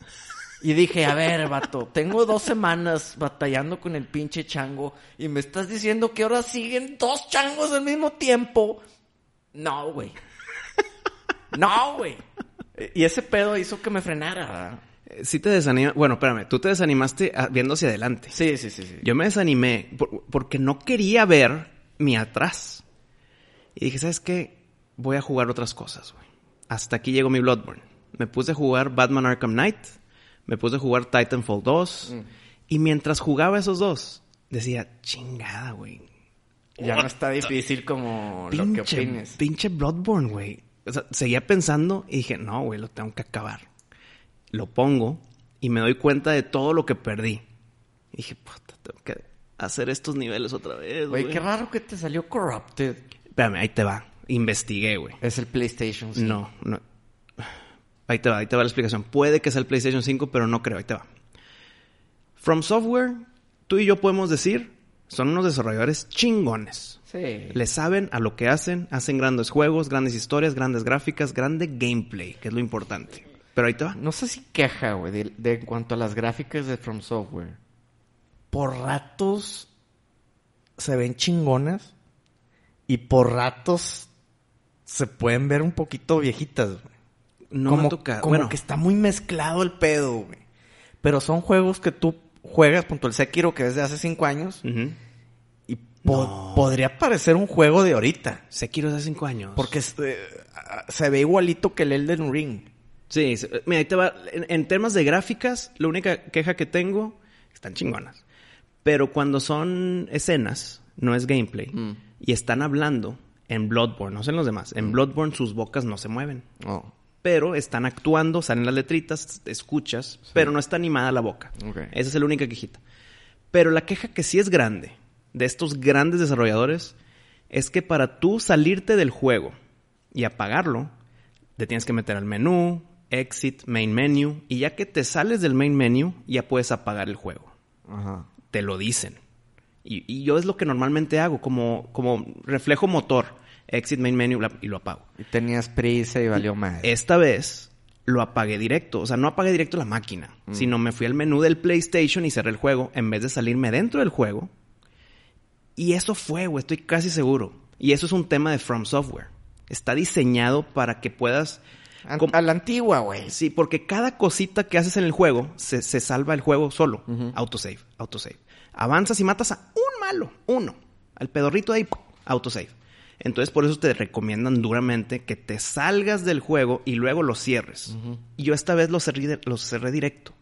[SPEAKER 7] Y dije, a ver, vato, tengo dos semanas batallando con el pinche chango y me estás diciendo que ahora siguen dos changos al mismo tiempo. No, güey. No, güey. Y ese pedo hizo que me frenara. ¿verdad?
[SPEAKER 3] Eh, Sí te desanima. Bueno, espérame, tú te desanimaste ah, viendo hacia adelante.
[SPEAKER 7] Sí, sí, sí, sí.
[SPEAKER 3] Yo me desanimé por- porque no quería ver mi atrás. Y dije, ¿sabes qué? Voy a jugar otras cosas, güey. Hasta aquí llegó mi Bloodborne. Me puse a jugar Batman Arkham Knight. Me puse a jugar Titanfall 2.
[SPEAKER 7] Mm.
[SPEAKER 3] Y mientras jugaba esos dos, decía, chingada, güey.
[SPEAKER 7] Ya no está difícil como lo que
[SPEAKER 3] Pinche,
[SPEAKER 7] opines.
[SPEAKER 3] pinche Bloodborne, güey. O sea, seguía pensando y dije, no, güey, lo tengo que acabar. Lo pongo y me doy cuenta de todo lo que perdí. Y dije, puta, tengo que hacer estos niveles otra vez, güey.
[SPEAKER 7] Güey, qué raro que te salió Corrupted.
[SPEAKER 3] Espérame, ahí te va. Investigué, güey.
[SPEAKER 7] Es el PlayStation sí.
[SPEAKER 3] No, no. Ahí te va, ahí te va la explicación. Puede que sea el PlayStation 5, pero no creo, ahí te va. From Software, tú y yo podemos decir, son unos desarrolladores chingones.
[SPEAKER 7] Sí.
[SPEAKER 3] Le saben a lo que hacen, hacen grandes juegos, grandes historias, grandes gráficas, grande gameplay, que es lo importante. Pero ahí te va.
[SPEAKER 7] No sé si queja, güey, de, de- en cuanto a las gráficas de From Software. Por ratos se ven chingonas y por ratos se pueden ver un poquito viejitas, güey.
[SPEAKER 3] No
[SPEAKER 7] como,
[SPEAKER 3] me ha tocado.
[SPEAKER 7] como
[SPEAKER 3] Bueno,
[SPEAKER 7] que está muy mezclado el pedo, güey. Pero son juegos que tú juegas, punto el Sekiro, que es de hace cinco años,
[SPEAKER 3] ujú.
[SPEAKER 7] y po- podría parecer un juego de ahorita.
[SPEAKER 3] Sekiro es hace 5 años.
[SPEAKER 7] Porque se, a- a- se ve igualito que el Elden Ring.
[SPEAKER 3] Sí, sí. mira, ahí te va. En, en temas de gráficas, la única queja que tengo, están chingonas. Pero cuando son escenas, no es gameplay, y están hablando en Bloodborne, no sé en los demás, en Bloodborne sus bocas no se mueven. Pero están actuando, salen las letritas, escuchas, pero no está animada la boca.
[SPEAKER 7] Ok.
[SPEAKER 3] Esa es la única quejita. Pero la queja que sí es grande de estos grandes desarrolladores es que para tú salirte del juego y apagarlo, te tienes que meter al menú, exit, main menu, y ya que te sales del main menu, ya puedes apagar el juego.
[SPEAKER 7] Ajá.
[SPEAKER 3] Te lo dicen. Y, y yo es lo que normalmente hago, como, como reflejo motor, exit, main menu, bla, y lo apago.
[SPEAKER 7] Y tenías prisa y valió más.
[SPEAKER 3] Esta vez lo apagué directo. O sea, no apagué directo la máquina, sino me fui al menú del PlayStation y cerré el juego en vez de salirme dentro del juego. Y eso fue, güey, estoy casi seguro. Y eso es un tema de From Software. Está diseñado para que puedas...
[SPEAKER 7] An-
[SPEAKER 3] com-
[SPEAKER 7] a la antigua, güey.
[SPEAKER 3] Sí, porque cada cosita que haces en el juego, se, se salva el juego solo. Autosave, autosave. Avanzas y matas a un malo, uno. Al pedorrito de ahí, ¡pum! autosave. Entonces, por eso te recomiendan duramente que te salgas del juego y luego lo cierres. Y yo esta vez lo cerré, de- lo cerré directo.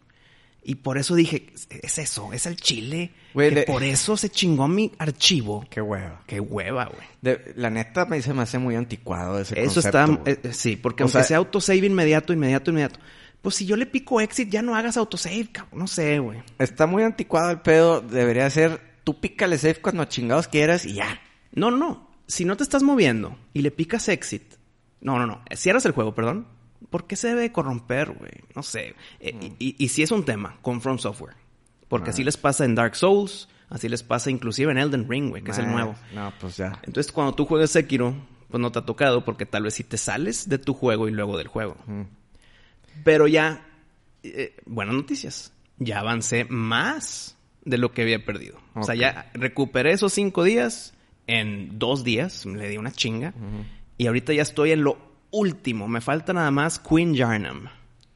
[SPEAKER 3] Y por eso dije, es eso, es el chile.
[SPEAKER 7] Güey,
[SPEAKER 3] que
[SPEAKER 7] de-
[SPEAKER 3] Por eso se chingó mi archivo.
[SPEAKER 7] Qué hueva.
[SPEAKER 3] Qué hueva, güey.
[SPEAKER 7] De- la neta me, se me hace muy anticuado ese
[SPEAKER 3] Eso
[SPEAKER 7] este concepto.
[SPEAKER 3] está.
[SPEAKER 7] güey.
[SPEAKER 3] eh, eh, sí, porque
[SPEAKER 7] O
[SPEAKER 3] aunque
[SPEAKER 7] sea-
[SPEAKER 3] sea autosave inmediato, inmediato, inmediato. Pues si yo le pico exit, ya no hagas autosave, cabrón. No sé, güey.
[SPEAKER 7] Está muy anticuado el pedo. Debería ser, tú pícale safe cuando chingados quieras y ya.
[SPEAKER 3] No, no, no. Si no te estás moviendo y le picas exit. No, no, no. Eh, Cierras el juego, perdón. ¿Por qué se debe de corromper, güey? No sé. Eh,
[SPEAKER 7] Mm.
[SPEAKER 3] y, y, si es un tema con From Software. Porque así les pasa en Dark Souls. Así les pasa inclusive en Elden Ring, güey, que es el
[SPEAKER 7] Nah,
[SPEAKER 3] nuevo.
[SPEAKER 7] No, pues ya.
[SPEAKER 3] Entonces, cuando tú juegas Sekiro, pues no te ha tocado porque tal vez si te sales de tu juego y luego del juego. Pero ya, eh, buenas noticias. Ya avancé más de lo que había perdido. O sea,
[SPEAKER 7] Ok.
[SPEAKER 3] ya recuperé esos cinco días en dos días. Le di una chinga. Y ahorita ya estoy en lo último. Me falta nada más Queen Jarnam.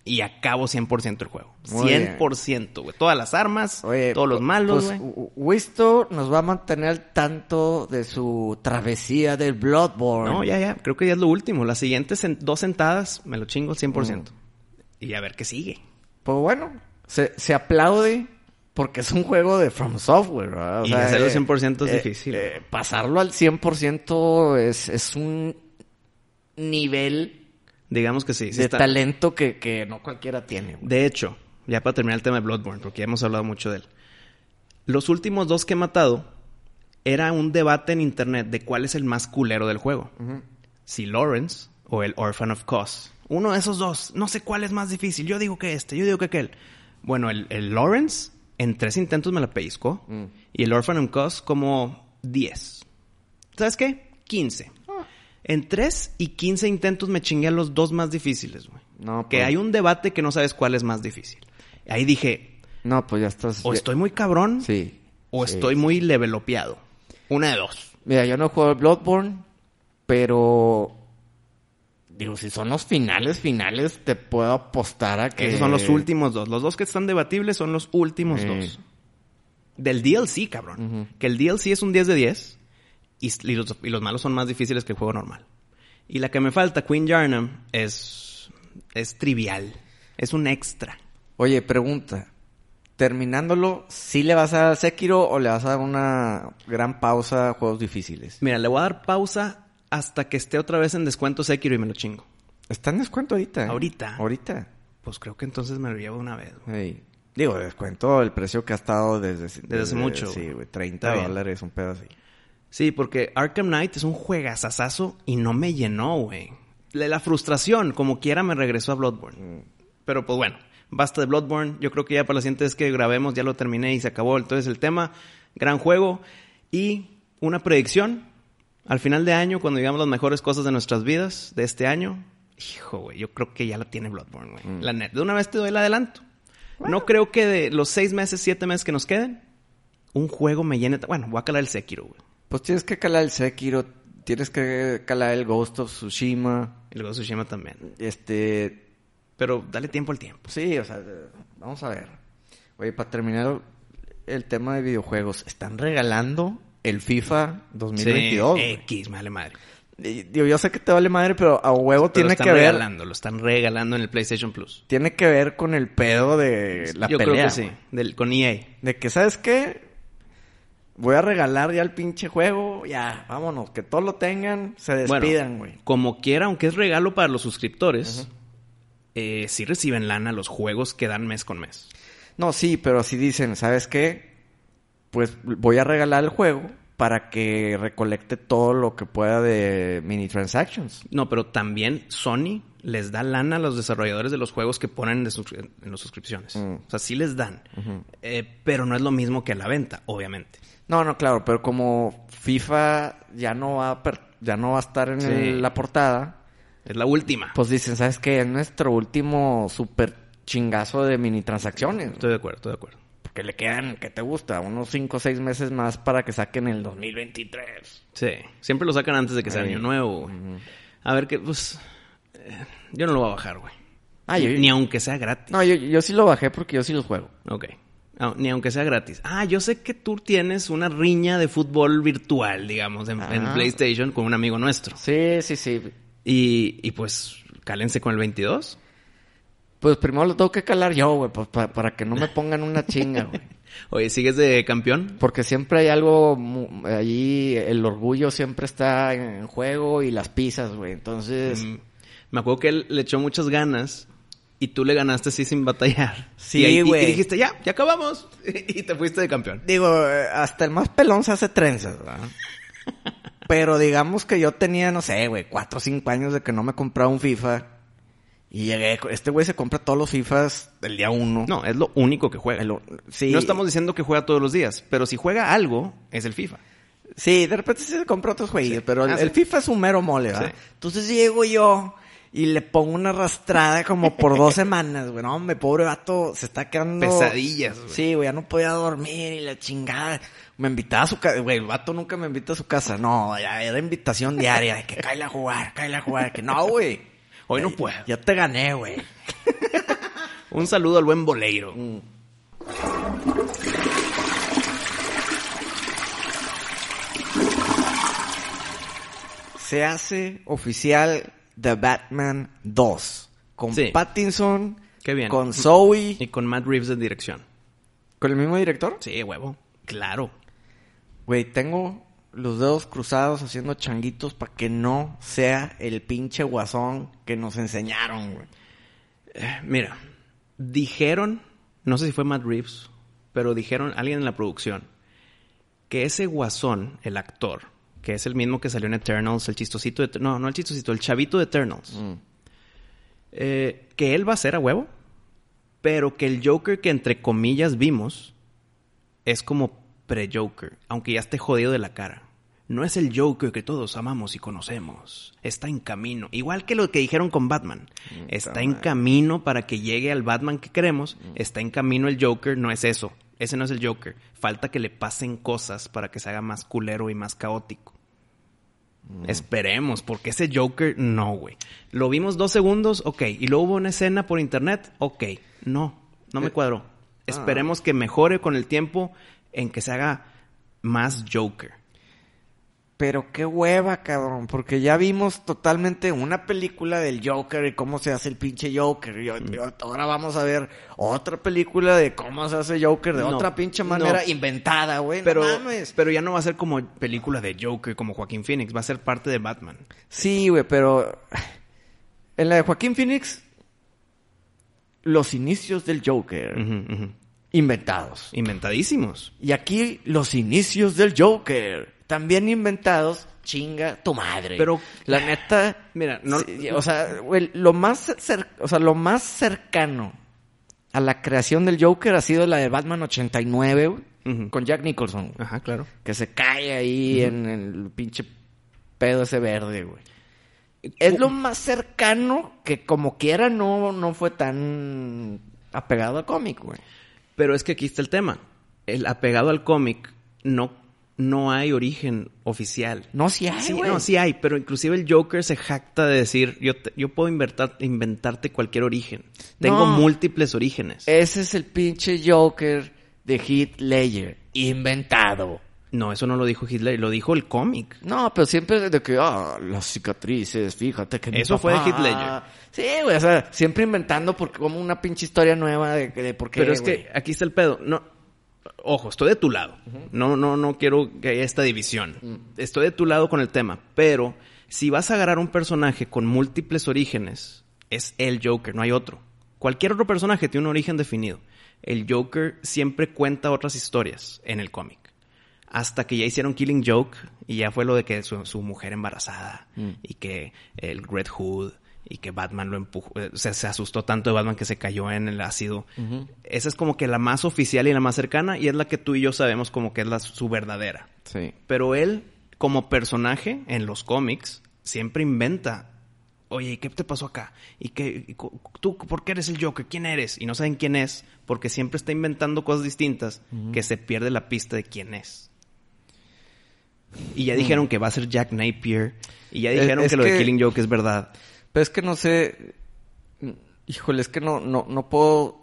[SPEAKER 3] Y acabo 100% el juego.
[SPEAKER 7] Muy bien.
[SPEAKER 3] 100%, güey. Todas las armas,
[SPEAKER 7] Oye,
[SPEAKER 3] todos los
[SPEAKER 7] pu-
[SPEAKER 3] malos,
[SPEAKER 7] pues,
[SPEAKER 3] güey.
[SPEAKER 7] U- Wisto nos va a mantener al tanto de su travesía del Bloodborne.
[SPEAKER 3] No, ya, ya. Creo que ya es lo último. Las siguientes sen- dos sentadas me lo chingo al 100%. Y a ver qué sigue.
[SPEAKER 7] Pues bueno, se, se aplaude porque es un juego de From Software, ¿verdad? eh,
[SPEAKER 3] Y hacerlo 100% es difícil.
[SPEAKER 7] pasarlo al 100% es, es un nivel
[SPEAKER 3] Digamos que sí. sí
[SPEAKER 7] de
[SPEAKER 3] está-
[SPEAKER 7] talento que, que no cualquiera tiene. güey.
[SPEAKER 3] De hecho, ya para terminar el tema de Bloodborne, porque ya hemos hablado mucho de él. Los últimos dos que he matado era un debate en internet de cuál es el más culero del juego. Si Lawrence o el Orphan of Cause. Uno de esos dos. No sé cuál es más difícil. Yo digo que este, yo digo que aquel. Bueno, el, el Lawrence en tres intentos me la pellizcó.
[SPEAKER 7] Mm.
[SPEAKER 3] Y el Orphan of Cause como 10. ¿Sabes qué? 15.
[SPEAKER 7] Ah.
[SPEAKER 3] En 3 y 15 intentos me chingué a los dos más difíciles, güey.
[SPEAKER 7] No,
[SPEAKER 3] que
[SPEAKER 7] pues.
[SPEAKER 3] hay un debate que no sabes cuál es más difícil. Ahí dije,
[SPEAKER 7] No, pues ya estás.
[SPEAKER 3] o
[SPEAKER 7] ya-
[SPEAKER 3] estoy muy cabrón
[SPEAKER 7] Sí.
[SPEAKER 3] o
[SPEAKER 7] sí.
[SPEAKER 3] estoy muy levelopeado. Una de dos.
[SPEAKER 7] Mira, yo no juego al Bloodborne, pero. Digo, si son los finales, finales, te puedo apostar a que.
[SPEAKER 3] Esos son los últimos dos. Los dos que están debatibles son los últimos
[SPEAKER 7] Eh.
[SPEAKER 3] dos. Del DLC, cabrón. Que el DLC es un 10 de 10 y, s- y los, y los malos son más difíciles que el juego normal. Y la que me falta, Queen Yarnum, es, es trivial. Es un extra.
[SPEAKER 7] Oye, pregunta. Terminándolo, ¿sí le vas a dar Sekiro o le vas a dar una gran pausa a juegos difíciles?
[SPEAKER 3] Mira, le voy a dar pausa hasta que esté otra vez en descuento Sekiro y me lo chingo.
[SPEAKER 7] Está en descuento ahorita. ¿eh?
[SPEAKER 3] Ahorita.
[SPEAKER 7] Ahorita.
[SPEAKER 3] Pues creo que entonces me lo llevo de una vez. güey.
[SPEAKER 7] Ey. Digo, descuento el precio que ha estado desde...
[SPEAKER 3] Desde hace mucho,
[SPEAKER 7] Sí,
[SPEAKER 3] güey.
[SPEAKER 7] güey.
[SPEAKER 3] Está
[SPEAKER 7] 30
[SPEAKER 3] bien.
[SPEAKER 7] dólares, un pedo así.
[SPEAKER 3] Sí, porque Arkham Knight es un juegazazazo y no me llenó, güey. La, la frustración, como quiera, me regresó a Bloodborne. Pero pues bueno, basta de Bloodborne. Yo creo que ya para la siguiente vez que grabemos ya lo terminé y se acabó. Entonces el tema, gran juego. Y una predicción. Al final de año, cuando digamos las mejores cosas de nuestras vidas de este año, hijo, güey, yo creo que ya la tiene Bloodborne, güey. La neta. De una vez te doy el adelanto. No creo que de los seis meses, siete meses que nos queden, un juego me llene. ta- Bueno, voy a calar el Sekiro, güey.
[SPEAKER 7] Pues tienes que calar el Sekiro, tienes que calar el Ghost of Tsushima.
[SPEAKER 3] El Ghost of Tsushima también.
[SPEAKER 7] Este...
[SPEAKER 3] Pero dale tiempo al tiempo.
[SPEAKER 7] Sí, o sea, eh, vamos a ver. Oye, para terminar el tema de videojuegos, están regalando el FIFA 2022.
[SPEAKER 3] Sí,
[SPEAKER 7] güey.
[SPEAKER 3] X, me vale madre.
[SPEAKER 7] Y- Digo, yo sé que te vale madre, pero a huevo
[SPEAKER 3] Pero lo
[SPEAKER 7] tiene
[SPEAKER 3] están
[SPEAKER 7] que ver...
[SPEAKER 3] regalando, lo están regalando en el PlayStation Plus.
[SPEAKER 7] Tiene que ver con el pedo de la
[SPEAKER 3] Yo
[SPEAKER 7] pelea.
[SPEAKER 3] creo que sí,
[SPEAKER 7] güey.
[SPEAKER 3] del, con E EA.
[SPEAKER 7] De que, ¿sabes qué? Voy a regalar ya el pinche juego. Ya, vámonos. Que todos lo tengan. Se
[SPEAKER 3] Bueno,
[SPEAKER 7] despidan, güey.
[SPEAKER 3] como quiera, aunque es regalo para los suscriptores, eh, sí reciben lana los juegos que dan mes con mes.
[SPEAKER 7] No, sí, pero así dicen, ¿sabes qué? Pues voy a regalar el juego para que recolecte todo lo que pueda de mini transactions.
[SPEAKER 3] No, pero también Sony les da lana a los desarrolladores de los juegos que ponen de sus- en las suscripciones.
[SPEAKER 7] Mm.
[SPEAKER 3] O sea, sí les dan. Eh, pero no es lo mismo que a la venta, obviamente.
[SPEAKER 7] No, no, claro, pero como FIFA ya no va a, per- ya no va a estar en
[SPEAKER 3] Sí.
[SPEAKER 7] el- la portada,
[SPEAKER 3] Es la última.
[SPEAKER 7] pues dicen, ¿sabes qué? Es nuestro último super chingazo de mini transacciones.
[SPEAKER 3] Estoy de acuerdo, estoy de acuerdo.
[SPEAKER 7] Porque le quedan, ¿qué te gusta? Unos 5 o 6 meses más para que saquen el 2023.
[SPEAKER 3] Sí, siempre lo sacan antes de que sea
[SPEAKER 7] Ahí.
[SPEAKER 3] año nuevo, güey. A ver qué, pues. eh, yo no lo voy a bajar, güey.
[SPEAKER 7] Ah, yo-
[SPEAKER 3] Ni aunque sea gratis.
[SPEAKER 7] No, yo, yo sí lo bajé porque yo sí los juego.
[SPEAKER 3] Ok. Ah, ni aunque sea gratis. Ah, yo sé que tú tienes una riña de fútbol virtual, digamos, en, en
[SPEAKER 7] Ah.
[SPEAKER 3] PlayStation con un amigo nuestro.
[SPEAKER 7] Sí, sí, sí.
[SPEAKER 3] Y, y pues, cálense con el 22.
[SPEAKER 7] Pues primero lo tengo que calar yo, güey, pues, pa- para que no me pongan una chinga, güey.
[SPEAKER 3] Oye, ¿sigues de campeón?
[SPEAKER 7] Porque siempre hay algo mu- allí, el orgullo siempre está en juego y las pisas, güey. Entonces,
[SPEAKER 3] Mm, Me acuerdo que él le echó muchas ganas y tú le ganaste así sin batallar.
[SPEAKER 7] Sí,
[SPEAKER 3] Y ahí- y- Y,
[SPEAKER 7] güey.
[SPEAKER 3] dijiste, ya, ya acabamos. y te fuiste de campeón.
[SPEAKER 7] digo, eh, hasta el más pelón se hace trenzas, ¿verdad? Pero digamos que yo tenía, no sé, güey, cuatro o cinco años de que no me compraba un FIFA. Y llegué, este güey se compra todos los FIFAs del día uno.
[SPEAKER 3] No, es lo único que juega.
[SPEAKER 7] El o- sí,
[SPEAKER 3] No estamos diciendo que juega todos los días, pero si juega algo, es el FIFA.
[SPEAKER 7] Sí, de repente sí se compra otros jueguillos, pero el,
[SPEAKER 3] Ah, sí.
[SPEAKER 7] el FIFA es un mero mole, ¿verdad?
[SPEAKER 3] Sí.
[SPEAKER 7] Entonces llego yo y le pongo una arrastrada como por dos semanas, güey. No, hombre, pobre vato, se está quedando...
[SPEAKER 3] Pesadillas, güey.
[SPEAKER 7] Sí, güey, ya no podía dormir y la chingada. Me invitaba a su casa, güey, el vato nunca me invita a su casa. No, ya era invitación diaria, de que cállate a jugar, cállate a jugar. Que no, güey.
[SPEAKER 3] Hoy no
[SPEAKER 7] Ya-
[SPEAKER 3] puedo.
[SPEAKER 7] Ya te gané, güey.
[SPEAKER 3] Un saludo al buen Boleiro.
[SPEAKER 7] Se hace oficial The Batman 2. Con
[SPEAKER 3] Sí.
[SPEAKER 7] Pattinson.
[SPEAKER 3] Qué bien.
[SPEAKER 7] Con Zoe.
[SPEAKER 3] Y con Matt Reeves de dirección.
[SPEAKER 7] ¿Con el mismo director?
[SPEAKER 3] Sí, huevo. Claro.
[SPEAKER 7] Güey, tengo los dedos cruzados haciendo changuitos para que no sea el pinche guasón que nos enseñaron, güey.
[SPEAKER 3] Mira, dijeron no sé si fue Matt Reeves, pero dijeron alguien en la producción que ese guasón, el actor, que es el mismo que salió en Eternals, el chistosito de, no, no el chistosito, el chavito de Eternals,
[SPEAKER 7] Mm.
[SPEAKER 3] eh, que él va a ser a huevo, pero que el Joker que entre comillas vimos es como pre-Joker, aunque ya esté jodido de la cara. No es el Joker que todos amamos y conocemos. Está en camino. Igual que lo que dijeron con Batman. Está en
[SPEAKER 7] madre.
[SPEAKER 3] camino para que llegue al Batman que queremos. Está en camino el Joker. No es eso. Ese no es el Joker. Falta que le pasen cosas para que se haga más culero y más caótico.
[SPEAKER 7] Mm.
[SPEAKER 3] Esperemos, porque ese Joker, no, güey. Lo vimos dos segundos, ok. Y luego hubo una escena por internet, ok. No, no me
[SPEAKER 7] Eh,
[SPEAKER 3] cuadró. Esperemos que mejore con el tiempo en que se haga más Joker.
[SPEAKER 7] Pero qué hueva, cabrón, porque ya vimos totalmente una película del Joker y cómo se hace el pinche Joker. Y, y ahora vamos a ver otra película de cómo se hace Joker de
[SPEAKER 3] No,
[SPEAKER 7] otra pinche manera
[SPEAKER 3] no.
[SPEAKER 7] inventada, güey. no
[SPEAKER 3] Pero,
[SPEAKER 7] mames.
[SPEAKER 3] pero ya no va a ser como película de Joker, como Joaquín Phoenix, va a ser parte de Batman.
[SPEAKER 7] Sí, güey, pero en la de Joaquín Phoenix, los inicios del Joker
[SPEAKER 3] Ujú, ujú.
[SPEAKER 7] inventados.
[SPEAKER 3] Inventadísimos.
[SPEAKER 7] Y aquí los inicios del Joker también inventados. Chinga tu madre.
[SPEAKER 3] Pero-
[SPEAKER 7] la neta,
[SPEAKER 3] Mira, no-
[SPEAKER 7] sí, o sea, güey, lo más cer- o sea, lo más cercano a la creación del Joker ha sido la de Batman 89 güey,
[SPEAKER 3] Ujú.
[SPEAKER 7] con Jack Nicholson, güey,
[SPEAKER 3] Ajá, claro.
[SPEAKER 7] que se cae ahí en el pinche pedo ese verde, güey. Es lo más cercano que como quiera no, no fue tan apegado al cómic, güey.
[SPEAKER 3] Pero es que aquí está el tema. El apegado al cómic no, no hay origen oficial.
[SPEAKER 7] No, si hay,
[SPEAKER 3] Sí,
[SPEAKER 7] güey.
[SPEAKER 3] no, sí hay, pero inclusive el Joker se jacta de decir, yo, te- yo puedo inventar- inventarte cualquier origen. Tengo
[SPEAKER 7] No. Eh.
[SPEAKER 3] múltiples orígenes.
[SPEAKER 7] Ese es el pinche Joker de Heath Ledger. Inventado.
[SPEAKER 3] No, eso no lo dijo Hitler, lo dijo el cómic.
[SPEAKER 7] No, pero siempre de que, ah, las cicatrices, fíjate que mi
[SPEAKER 3] Eso fue de
[SPEAKER 7] papá-
[SPEAKER 3] Heath Ledger.
[SPEAKER 7] Sí, güey, o sea, siempre inventando porque como una pinche historia nueva de, de por qué,
[SPEAKER 3] Pero es
[SPEAKER 7] güey.
[SPEAKER 3] que aquí está el pedo. No, ojo, estoy de tu lado. No, no, no quiero que haya esta división.
[SPEAKER 7] Mm.
[SPEAKER 3] Estoy de tu lado con el tema. Pero si vas a agarrar un personaje con múltiples orígenes, es el Joker, no hay otro. Cualquier otro personaje tiene un origen definido. El Joker siempre cuenta otras historias en el cómic. Hasta que ya hicieron Killing Joke y ya fue lo de que su, su mujer embarazada y que el Red Hood y que Batman lo empujó, eh, o sea, se asustó tanto de Batman que se cayó en el ácido. Esa es como que la más oficial y la más cercana y es la que tú y yo sabemos como que es la, su verdadera.
[SPEAKER 7] Sí.
[SPEAKER 3] Pero él, como personaje en los cómics, siempre inventa. Oye, ¿y qué te pasó acá? ¿Y qué, y cu- tú por qué eres el Joker? ¿Quién eres? Y no saben quién es, porque siempre está inventando cosas distintas que se pierde la pista de quién es. Y ya dijeron que va a ser Jack Napier. Y ya
[SPEAKER 7] Es-
[SPEAKER 3] dijeron
[SPEAKER 7] Mm. Eh, es
[SPEAKER 3] que lo de
[SPEAKER 7] que-
[SPEAKER 3] Killing Joke es verdad.
[SPEAKER 7] Pero es que no sé. Híjole, es que no, no, no puedo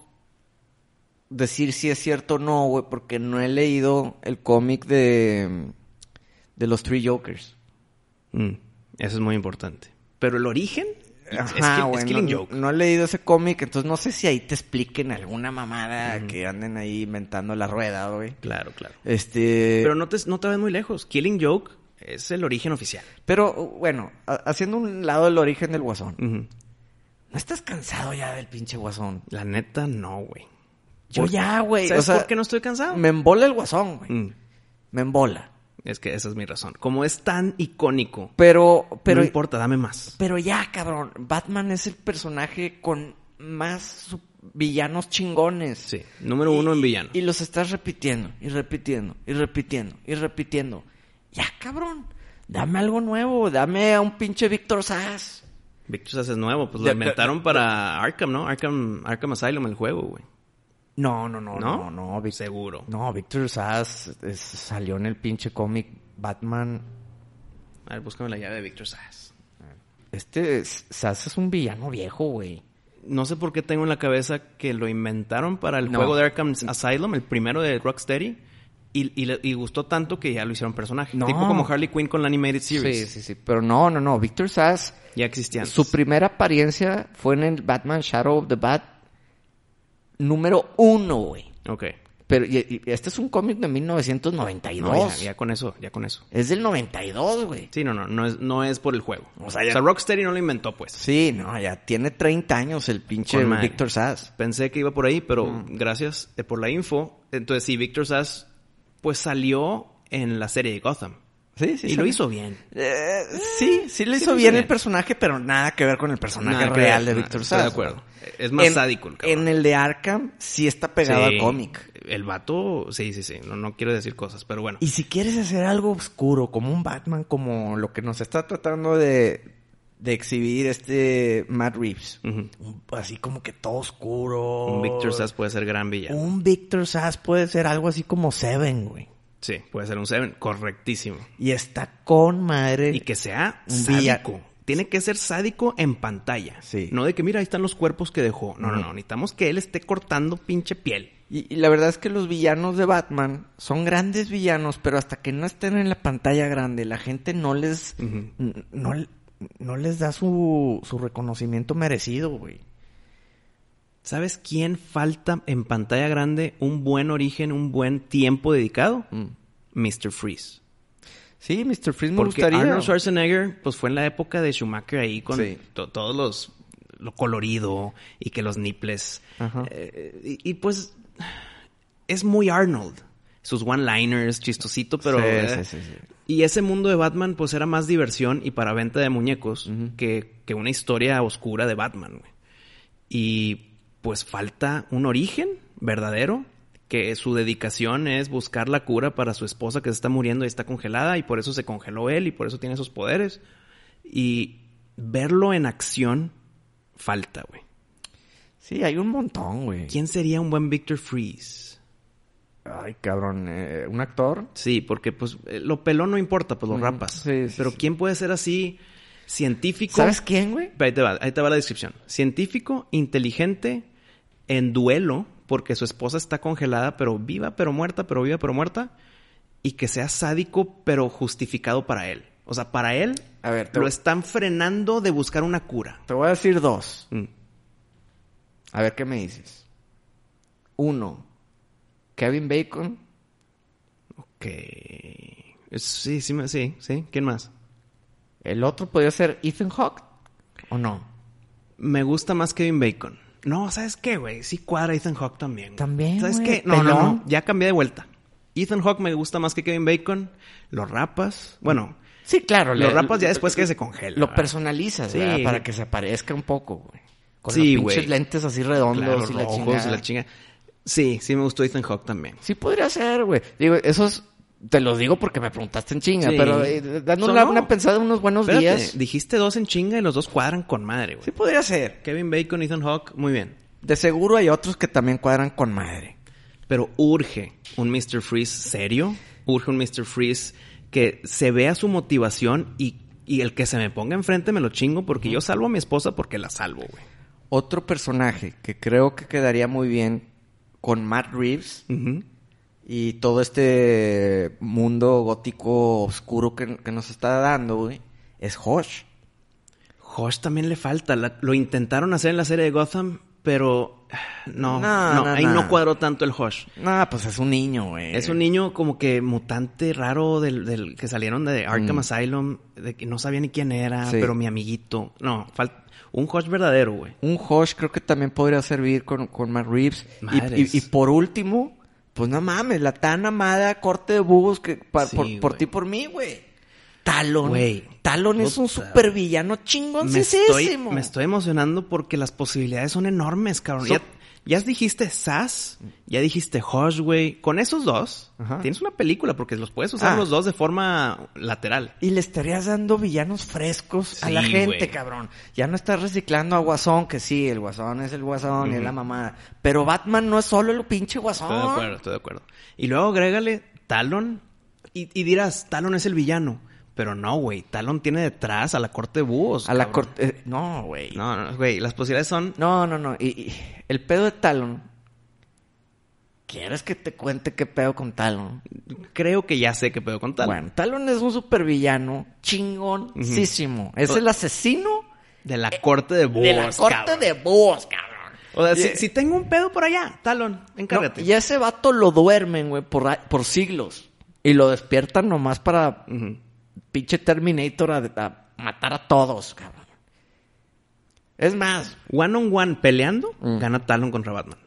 [SPEAKER 7] decir si es cierto o no, güey, porque no he leído el cómic de, de los Three Jokers.
[SPEAKER 3] Mm, Eso es muy importante. Pero el origen es- es,
[SPEAKER 7] Ajá,
[SPEAKER 3] Kill- es
[SPEAKER 7] güey,
[SPEAKER 3] Killing
[SPEAKER 7] no,
[SPEAKER 3] Joke.
[SPEAKER 7] no he leído ese cómic, entonces no sé si ahí te expliquen alguna mamada que anden ahí inventando la rueda, güey.
[SPEAKER 3] Claro, claro.
[SPEAKER 7] Este.
[SPEAKER 3] Pero no te, no te ves muy lejos. Killing Joke es el origen oficial.
[SPEAKER 7] Pero, bueno, ha- haciendo un lado el origen del guasón.
[SPEAKER 3] Ujú.
[SPEAKER 7] ¿No estás cansado ya del pinche guasón?
[SPEAKER 3] La neta, no, güey.
[SPEAKER 7] Yo
[SPEAKER 3] Por-
[SPEAKER 7] ya, güey.
[SPEAKER 3] Pues, ¿Sabes
[SPEAKER 7] o sea,
[SPEAKER 3] por qué no estoy cansado?
[SPEAKER 7] Me embola el guasón, güey.
[SPEAKER 3] Mm,
[SPEAKER 7] Me embola.
[SPEAKER 3] Es que esa es mi razón. Como es tan icónico,
[SPEAKER 7] Pero, pero,
[SPEAKER 3] no importa, dame más.
[SPEAKER 7] pero ya, cabrón. Batman es el personaje con más su- villanos chingones.
[SPEAKER 3] Sí, número uno
[SPEAKER 7] Y-
[SPEAKER 3] en villano.
[SPEAKER 7] Y los estás repitiendo, y repitiendo, y repitiendo, y repitiendo. Ya, cabrón. Dame algo nuevo. Dame a un pinche Víctor Sass.
[SPEAKER 3] Victor Sass es nuevo, pues
[SPEAKER 7] De-
[SPEAKER 3] lo inventaron para Arkham, ¿no? Arkham, Arkham Asylum, el juego, güey.
[SPEAKER 7] No, no, no,
[SPEAKER 3] ¿No?
[SPEAKER 7] no, no, Vic-
[SPEAKER 3] Seguro.
[SPEAKER 7] No, Victor Sass es- salió en el pinche cómic Batman.
[SPEAKER 3] A ver, búscame la llave de Victor Sass.
[SPEAKER 7] Este es- Sass es un villano viejo, güey.
[SPEAKER 3] No sé por qué tengo en la cabeza que lo inventaron para el
[SPEAKER 7] No.
[SPEAKER 3] juego de Arkham Asylum, el primero de Rocksteady, y, y, le- y gustó tanto que ya lo hicieron personaje.
[SPEAKER 7] No.
[SPEAKER 3] Tipo como Harley Quinn con la Animated
[SPEAKER 7] Sí,
[SPEAKER 3] Series.
[SPEAKER 7] sí, sí. Pero no, no, no. Victor Sass,
[SPEAKER 3] Ya existían.
[SPEAKER 7] su primera apariencia fue en el Batman Shadow of the Bat número uno, güey.
[SPEAKER 3] Ok.
[SPEAKER 7] Pero y- y- este es un cómic de 1992.
[SPEAKER 3] No, ya, ya con eso, ya con eso.
[SPEAKER 7] Es del 92, güey.
[SPEAKER 3] Sí, no, no, no es, no es por el juego. O
[SPEAKER 7] O
[SPEAKER 3] sea,
[SPEAKER 7] sea, ya-
[SPEAKER 3] Rocksteady no lo inventó, pues.
[SPEAKER 7] Sí, no, ya tiene 30 años el pinche
[SPEAKER 3] Con madre.
[SPEAKER 7] Victor Sass.
[SPEAKER 3] Pensé que iba por ahí, pero
[SPEAKER 7] Mm.
[SPEAKER 3] gracias eh, por la info. Entonces, sí, Victor Sass, pues salió en la serie de Gotham.
[SPEAKER 7] Sí, sí.
[SPEAKER 3] y lo
[SPEAKER 7] sabe.
[SPEAKER 3] hizo bien.
[SPEAKER 7] Eh, sí, sí lo
[SPEAKER 3] Sí
[SPEAKER 7] hizo
[SPEAKER 3] lo hizo
[SPEAKER 7] bien
[SPEAKER 3] bien.
[SPEAKER 7] el personaje, pero nada que ver con el personaje
[SPEAKER 3] Nada que
[SPEAKER 7] real
[SPEAKER 3] ver,
[SPEAKER 7] de
[SPEAKER 3] nada,
[SPEAKER 7] Victor
[SPEAKER 3] estoy
[SPEAKER 7] Sass.
[SPEAKER 3] de acuerdo. Es más sádico el cabrón.
[SPEAKER 7] En el de Arkham sí está pegado
[SPEAKER 3] Sí.
[SPEAKER 7] al cómic.
[SPEAKER 3] El vato, sí, sí, sí. No, no quiero decir cosas, pero bueno.
[SPEAKER 7] Y si quieres hacer algo oscuro, como un Batman, como lo que nos está tratando de, de exhibir este Matt Reeves,
[SPEAKER 3] Ujú.
[SPEAKER 7] Un- así como que todo oscuro.
[SPEAKER 3] Un Victor Sass puede ser gran villano.
[SPEAKER 7] Oh. Un Victor Sass puede ser algo así como Seven, güey.
[SPEAKER 3] Sí, puede ser un Seven. Correctísimo.
[SPEAKER 7] Y está con madre.
[SPEAKER 3] Y que sea
[SPEAKER 7] Un villa-
[SPEAKER 3] sádico. Tiene que ser sádico en pantalla.
[SPEAKER 7] Sí.
[SPEAKER 3] No de que, mira, ahí están los cuerpos que dejó. No, no, no. Necesitamos que él esté cortando pinche piel.
[SPEAKER 7] Y, y la verdad es que los villanos de Batman son grandes villanos, pero hasta que no estén en la pantalla grande, la gente no les
[SPEAKER 3] Ujú.
[SPEAKER 7] n- no, no les da su, su reconocimiento merecido, güey.
[SPEAKER 3] ¿Sabes quién falta en pantalla grande un buen origen, un buen tiempo dedicado? Mr. Freeze.
[SPEAKER 7] mm, Sí, Mr. Freeze me
[SPEAKER 3] Porque
[SPEAKER 7] gustaría.
[SPEAKER 3] Arnold Schwarzenegger, pues fue en la época de Schumacher ahí con
[SPEAKER 7] Sí.
[SPEAKER 3] to- todos los lo colorido y que los nipples.
[SPEAKER 7] Ajá.
[SPEAKER 3] Eh, y, y, pues es muy Arnold. Sus one-liners, chistosito, pero...
[SPEAKER 7] Sí,
[SPEAKER 3] eh,
[SPEAKER 7] sí, sí, sí.
[SPEAKER 3] Y ese mundo de Batman, pues era más diversión y para venta de muñecos que, que una historia oscura de Batman, güey. Y pues falta un origen verdadero, que su dedicación es buscar la cura para su esposa que se está muriendo y está congelada y por eso se congeló él y por eso tiene esos poderes. Y verlo en acción falta, güey.
[SPEAKER 7] Sí, hay un montón, güey.
[SPEAKER 3] ¿Quién sería un buen Victor Freeze?
[SPEAKER 7] Ay, cabrón, eh, un actor.
[SPEAKER 3] Sí, porque pues eh, lo pelón no importa, pues lo
[SPEAKER 7] Ujú.
[SPEAKER 3] rapas.
[SPEAKER 7] Sí, sí,
[SPEAKER 3] Pero
[SPEAKER 7] sí.
[SPEAKER 3] ¿quién puede ser así científico?
[SPEAKER 7] ¿Sabes quién, güey?
[SPEAKER 3] Ahí te va, ahí te va la descripción. Científico, inteligente, en duelo, porque su esposa está congelada, pero viva, pero muerta, pero viva, pero muerta, y que sea sádico, pero justificado para él. O sea, para él
[SPEAKER 7] A ver, te-
[SPEAKER 3] lo están frenando de buscar una cura.
[SPEAKER 7] Te voy a decir dos.
[SPEAKER 3] Mm.
[SPEAKER 7] A ver qué me dices. Uno, Kevin Bacon.
[SPEAKER 3] Que... Sí, sí, me- sí, sí. ¿Quién más?
[SPEAKER 7] El otro podría ser Ethan Hawke. ¿O no?
[SPEAKER 3] Me gusta más Kevin Bacon. No, ¿sabes qué, güey? Sí cuadra Ethan Hawke también. güey.
[SPEAKER 7] También,
[SPEAKER 3] ¿Sabes
[SPEAKER 7] güey,
[SPEAKER 3] qué? No, no,
[SPEAKER 7] pelón.
[SPEAKER 3] no. Ya cambié de vuelta. Ethan Hawke me gusta más que Kevin Bacon. Lo rapas. Bueno,
[SPEAKER 7] Sí, claro.
[SPEAKER 3] lo
[SPEAKER 7] le- Ah.
[SPEAKER 3] rapas ya
[SPEAKER 7] le-
[SPEAKER 3] después que se congela.
[SPEAKER 7] Lo personalizas,
[SPEAKER 3] Sí.
[SPEAKER 7] ¿verdad? Para que se parezca un poco, güey. Con
[SPEAKER 3] Sí,
[SPEAKER 7] los pinches
[SPEAKER 3] güey.
[SPEAKER 7] lentes así
[SPEAKER 3] Claro,
[SPEAKER 7] redondos y la
[SPEAKER 3] rojos y
[SPEAKER 7] chingada.
[SPEAKER 3] la chinga. Sí, sí me gustó Ethan Hawke también.
[SPEAKER 7] Sí podría ser, güey. Digo, esos... Te los digo porque me preguntaste en chinga,
[SPEAKER 3] Sí.
[SPEAKER 7] pero eh, dándole
[SPEAKER 3] Sonó.
[SPEAKER 7] una pensada unos buenos
[SPEAKER 3] Espérate,
[SPEAKER 7] días.
[SPEAKER 3] dijiste dos en chinga y los dos cuadran con madre, güey.
[SPEAKER 7] Sí podría ser.
[SPEAKER 3] Kevin Bacon, Ethan Hawke, muy bien.
[SPEAKER 7] De seguro hay otros que también cuadran con madre.
[SPEAKER 3] Pero urge un Mr. Freeze serio, urge un Mr. Freeze que se vea su motivación y, y el que se me ponga enfrente me lo chingo porque yo salvo a mi esposa porque la salvo, güey.
[SPEAKER 7] Otro personaje que creo que quedaría muy bien con Matt Reeves
[SPEAKER 3] Ujú.
[SPEAKER 7] y todo
[SPEAKER 1] eh,
[SPEAKER 7] este mundo gótico oscuro que, que nos está dando, güey, es Josh.
[SPEAKER 3] Josh también le falta, la- lo intentaron hacer en la serie de Gotham, pero ah, no,
[SPEAKER 7] No,
[SPEAKER 3] no,
[SPEAKER 7] no,
[SPEAKER 3] ahí
[SPEAKER 7] no.
[SPEAKER 3] no cuadró tanto el Josh.
[SPEAKER 7] Nah, pues es un niño, güey.
[SPEAKER 3] Es un niño como que mutante raro del, del que salieron de Arkham Asylum, de que no sabía ni quién era,
[SPEAKER 7] Mm. Sí.
[SPEAKER 3] pero mi amiguito. No, falta un Josh verdadero, güey.
[SPEAKER 7] Un Josh creo que también podría servir con, con Matt Reeves. Y- Y,
[SPEAKER 3] Madres.
[SPEAKER 7] y por último, pues no mames, la tan amada corte de búhos que pa-
[SPEAKER 3] Sí,
[SPEAKER 7] por, por
[SPEAKER 3] güey.
[SPEAKER 7] ti, por mí, güey. Talon.
[SPEAKER 3] Güey.
[SPEAKER 7] Talon es un
[SPEAKER 3] Puta.
[SPEAKER 7] supervillano
[SPEAKER 3] me
[SPEAKER 7] chingoncísimo.
[SPEAKER 3] estoy, me estoy emocionando porque las posibilidades son enormes, cabrón.
[SPEAKER 7] So-
[SPEAKER 3] ya, ya dijiste Sass, ya dijiste Josh, güey. Con esos dos,
[SPEAKER 7] Ajá.
[SPEAKER 3] tienes una película porque los puedes usar
[SPEAKER 7] Ah.
[SPEAKER 3] los dos de forma lateral.
[SPEAKER 7] Y le estarías dando villanos frescos a
[SPEAKER 3] Sí,
[SPEAKER 7] la gente,
[SPEAKER 3] güey.
[SPEAKER 7] cabrón. Ya no estás reciclando a Guasón, que sí, el Guasón es el Guasón y es la mamada. Pero Batman no es solo el pinche Guasón.
[SPEAKER 3] Estoy
[SPEAKER 1] Ah.
[SPEAKER 3] de acuerdo, estoy de acuerdo. Y luego agrégale Talon y, y dirás, Talon es el villano. Pero no, güey. Talon tiene detrás a la corte de búhos.
[SPEAKER 7] A la
[SPEAKER 3] pues, cabrón.
[SPEAKER 7] corte... eh, no, güey. No.
[SPEAKER 3] No, no, güey. Las posibilidades son...
[SPEAKER 7] no, no, Y, y el pedo de Talon... ¿Quieres que te cuente qué pedo con Talon?
[SPEAKER 3] Creo que ya sé qué puedo contar.
[SPEAKER 7] Bueno, Talon es un supervillano chingoncísimo. Es el asesino
[SPEAKER 3] de la corte de búhos,
[SPEAKER 7] de la corte
[SPEAKER 3] cabrón.
[SPEAKER 7] de búhos, cabrón.
[SPEAKER 3] O sea,
[SPEAKER 1] Y-
[SPEAKER 3] si, si tengo un pedo por allá, talón, encárgate.
[SPEAKER 1] No, y ese vato lo duermen, güey, por, a- por siglos. Y lo despiertan nomás para pinche Terminator a, a matar a todos, cabrón. Es más.
[SPEAKER 3] One on one peleando, gana Talon contra Batman.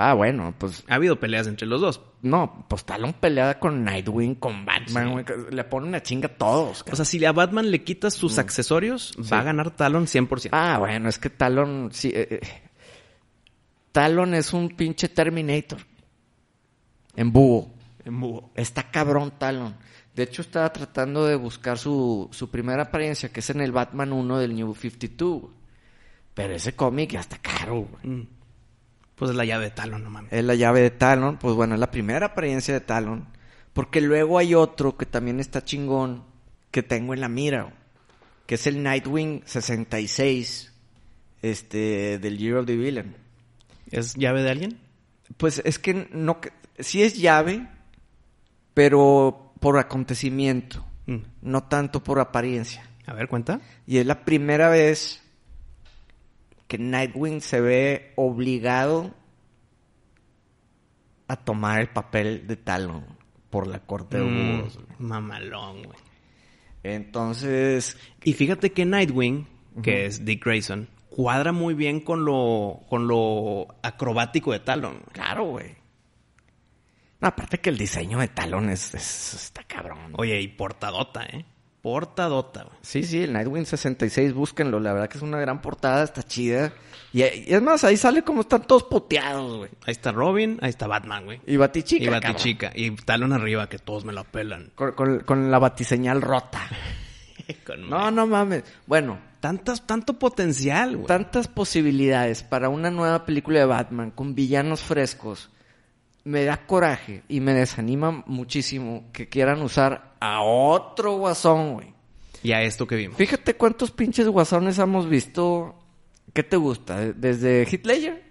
[SPEAKER 1] Ah, bueno, pues
[SPEAKER 3] Ha habido peleas entre los dos.
[SPEAKER 1] no, pues Talon peleada con Nightwing, con Batman, güey, que le ponen a chinga a todos.
[SPEAKER 3] O
[SPEAKER 1] cabrón.
[SPEAKER 3] sea, si a Batman le quitas sus accesorios, va a ganar Talon 100%.
[SPEAKER 1] ah, bueno, es que Talon, sí. eh, eh. Talon es un pinche Terminator. En búho.
[SPEAKER 3] En búho.
[SPEAKER 1] Está cabrón Talon. De hecho, estaba tratando de buscar su, su primera apariencia, que es en el Batman 1 del New 52. güey. Pero ese cómic ya está caro, güey.
[SPEAKER 3] Pues es la llave de Talon, no mames.
[SPEAKER 1] Es la llave de Talon. Pues bueno, es la primera apariencia de Talon. Porque luego hay otro que también está chingón que tengo en la mira, güey, que es el Nightwing 66 este, del Year of the Villain.
[SPEAKER 3] ¿Es llave de alguien?
[SPEAKER 1] Pues es que no, que- sí es llave, pero por acontecimiento,
[SPEAKER 3] Mm.
[SPEAKER 1] no tanto por apariencia.
[SPEAKER 3] A ver, cuenta.
[SPEAKER 1] Y es la primera vez que Nightwing se ve obligado a tomar el papel de Talon por la corte de
[SPEAKER 3] Mm,
[SPEAKER 1] búhos. güey.
[SPEAKER 3] mamalón, güey.
[SPEAKER 1] Entonces,
[SPEAKER 3] Y fíjate que Nightwing, que es Dick Grayson, cuadra muy bien con lo, con lo acrobático de Talon. güey.
[SPEAKER 1] claro, güey. No, aparte que el diseño de Talon es, es- está cabrón.
[SPEAKER 3] Oye, y portadota, ¿eh? Portadota, güey.
[SPEAKER 1] Sí, sí, el Nightwing 66, búsquenlo. La verdad que es una gran portada, está chida. Y, y es más, ahí sale como están todos puteados, güey.
[SPEAKER 3] Ahí está Robin, ahí está Batman, güey.
[SPEAKER 1] Y Batichica.
[SPEAKER 3] y
[SPEAKER 1] cabrón.
[SPEAKER 3] Batichica. Y Talon arriba, que todos me lo pelan.
[SPEAKER 1] Con, con- con la batiseñal rota.
[SPEAKER 3] Con
[SPEAKER 1] No, no mames. Bueno,
[SPEAKER 3] Tantas, tanto potencial, güey.
[SPEAKER 1] tantas posibilidades para una nueva película de Batman con villanos frescos. Me da coraje y me desanima muchísimo que quieran usar a otro guasón, güey.
[SPEAKER 3] Y a esto que vimos.
[SPEAKER 1] Fíjate cuántos pinches guasones hemos visto. ¿Qué te gusta? ¿Desde Hitler?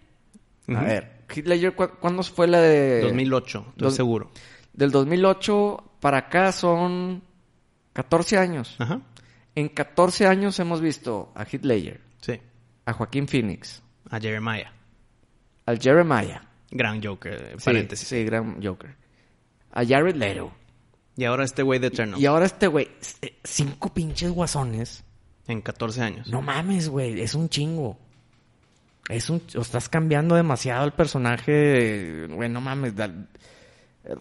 [SPEAKER 1] A
[SPEAKER 3] Ujú.
[SPEAKER 1] ver, Hitler, ¿cu- ¿cuándo fue la de...?
[SPEAKER 3] 2008, estoy
[SPEAKER 1] dos-
[SPEAKER 3] seguro.
[SPEAKER 1] Del 2008 para acá son 14 años.
[SPEAKER 3] Ajá.
[SPEAKER 1] En 14 años hemos visto a Hitler,
[SPEAKER 3] Sí.
[SPEAKER 1] a Joaquín Phoenix,
[SPEAKER 3] A Jeremiah.
[SPEAKER 1] al Jeremiah.
[SPEAKER 3] Gran Joker,
[SPEAKER 1] Sí,
[SPEAKER 3] paréntesis.
[SPEAKER 1] Sí, gran Joker. A Jared Leto.
[SPEAKER 3] Y ahora este güey de Eternal.
[SPEAKER 1] Y ahora este güey, c- cinco pinches guasones.
[SPEAKER 3] En 14 años.
[SPEAKER 1] No mames, güey, es un chingo. Es un, o estás cambiando demasiado el personaje, güey, no mames, da-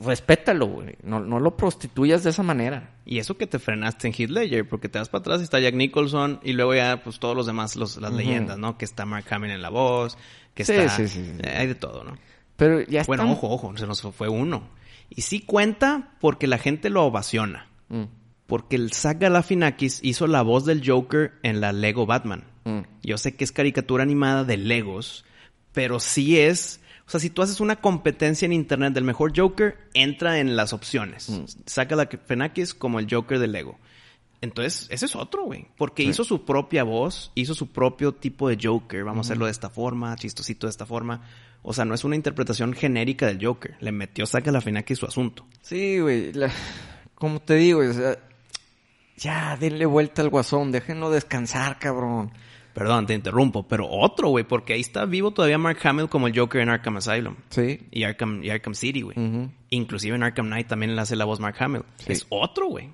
[SPEAKER 1] respétalo, güey, no, no lo prostituyas de esa manera.
[SPEAKER 3] Y eso que te frenaste en Heath Ledger, porque te vas para atrás y está Jack Nicholson y luego ya pues todos los demás, los- las leyendas, ¿no? Que está Mark Hamill en la voz, que
[SPEAKER 1] Sí,
[SPEAKER 3] está...
[SPEAKER 1] sí, sí, sí.
[SPEAKER 3] eh, hay de todo, ¿no?
[SPEAKER 1] Pero ya está.
[SPEAKER 3] Bueno, ojo, ojo, se nos fue uno. Y sí cuenta porque la gente lo ovaciona. Porque el Zach Galafinakis hizo la voz del Joker en la Lego Batman.
[SPEAKER 1] Mm.
[SPEAKER 3] Yo sé que es caricatura animada de Legos, pero sí es... O sea, si tú haces una competencia en internet del mejor Joker, entra en las opciones. Zach Galifianakis como el Joker de Lego. Entonces, ese es otro, güey. Porque hizo su propia voz, hizo su propio tipo de Joker. Vamos a hacerlo de esta forma, chistosito de esta forma. O sea, no es una interpretación genérica del Joker. Le metió Zach Galifianakis su asunto.
[SPEAKER 1] Sí, güey. la- Como te digo, o sea, ya, denle vuelta al guasón, déjenlo descansar, cabrón.
[SPEAKER 3] Perdón, te interrumpo, pero otro, güey, porque ahí está vivo todavía Mark Hamill como el Joker en Arkham Asylum.
[SPEAKER 1] Sí.
[SPEAKER 3] Y Arkham, y Arkham City, güey.
[SPEAKER 1] Ujú.
[SPEAKER 3] Inclusive en Arkham Knight también le hace la voz Mark Hamill.
[SPEAKER 1] Sí.
[SPEAKER 3] Es otro, güey.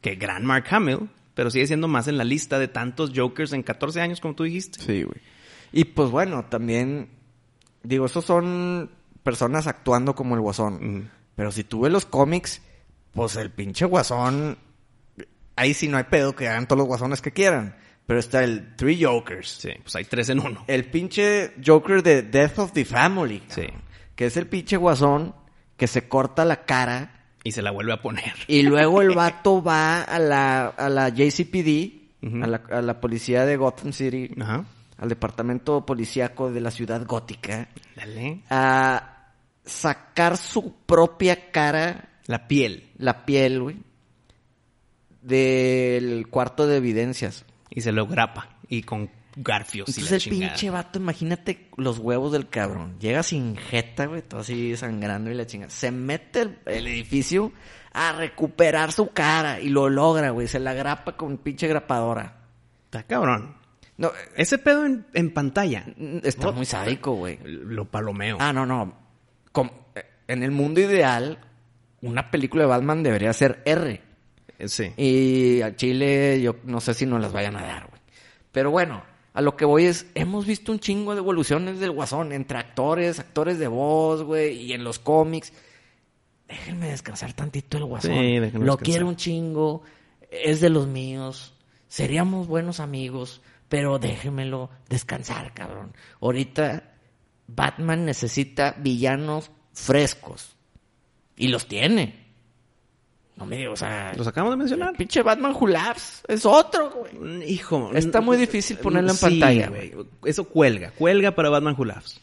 [SPEAKER 3] Que gran Mark Hamill, pero sigue siendo más en la lista de tantos Jokers en 14 años, como tú dijiste.
[SPEAKER 1] Sí, güey. Y pues bueno, también, digo, esos son personas actuando como el guasón.
[SPEAKER 3] Ujú.
[SPEAKER 1] Pero si tú ves los cómics, pues el pinche guasón, ahí sí no hay pedo que hagan todos los guasones que quieran. Pero está el Three Jokers.
[SPEAKER 3] Sí, pues hay tres en uno.
[SPEAKER 1] El pinche Joker de Death of the Family.
[SPEAKER 3] Sí.
[SPEAKER 1] Que es el pinche guasón que se corta la cara
[SPEAKER 3] Y se la vuelve a poner.
[SPEAKER 1] Y luego el vato va a la, a la JCPD,
[SPEAKER 3] Ujú.
[SPEAKER 1] a, la, a la policía de Gotham City,
[SPEAKER 3] Ajá.
[SPEAKER 1] al departamento policíaco de la ciudad gótica,
[SPEAKER 3] Dale.
[SPEAKER 1] a sacar su propia cara,
[SPEAKER 3] La piel.
[SPEAKER 1] la piel, güey, del cuarto de evidencias.
[SPEAKER 3] Y se lo grapa. Y con garfios y
[SPEAKER 1] Entonces
[SPEAKER 3] la
[SPEAKER 1] el
[SPEAKER 3] chingada.
[SPEAKER 1] pinche vato, imagínate los huevos del cabrón. Llega sin jeta, güey, todo así sangrando y la chingada. Se mete el, el edificio a recuperar su cara y lo logra, güey. Se la grapa con pinche grapadora.
[SPEAKER 3] Está cabrón.
[SPEAKER 1] No,
[SPEAKER 3] Ese pedo en, en pantalla.
[SPEAKER 1] eh, está muy sádico, güey.
[SPEAKER 3] Mm. Lo palomeo.
[SPEAKER 1] Ah, no, no. Com- eh, en el mundo ideal, una película de Batman debería ser R.
[SPEAKER 3] Eh, Sí.
[SPEAKER 1] Y a Chile, yo no sé si nos las vayan a dar, güey. Pero bueno, a lo que voy es, hemos visto un chingo de evoluciones del Guasón entre actores, actores de voz, güey, y en los cómics. Déjenme descansar tantito el Guasón.
[SPEAKER 3] Sí,
[SPEAKER 1] lo
[SPEAKER 3] déjenlo descansar.
[SPEAKER 1] quiero un chingo, es de los míos, seríamos buenos amigos, pero déjenmelo descansar, cabrón. Ahorita Batman necesita villanos frescos. Y los tiene. No me digo, o sea...
[SPEAKER 3] Los acabamos de mencionar.
[SPEAKER 1] Pinche Batman Julaps. Es otro, güey.
[SPEAKER 3] Mm, Hijo.
[SPEAKER 1] Está
[SPEAKER 3] mm,
[SPEAKER 1] muy difícil ponerlo en
[SPEAKER 3] sí,
[SPEAKER 1] pantalla,
[SPEAKER 3] güey. Eso cuelga. Cuelga para Batman Who Laughs.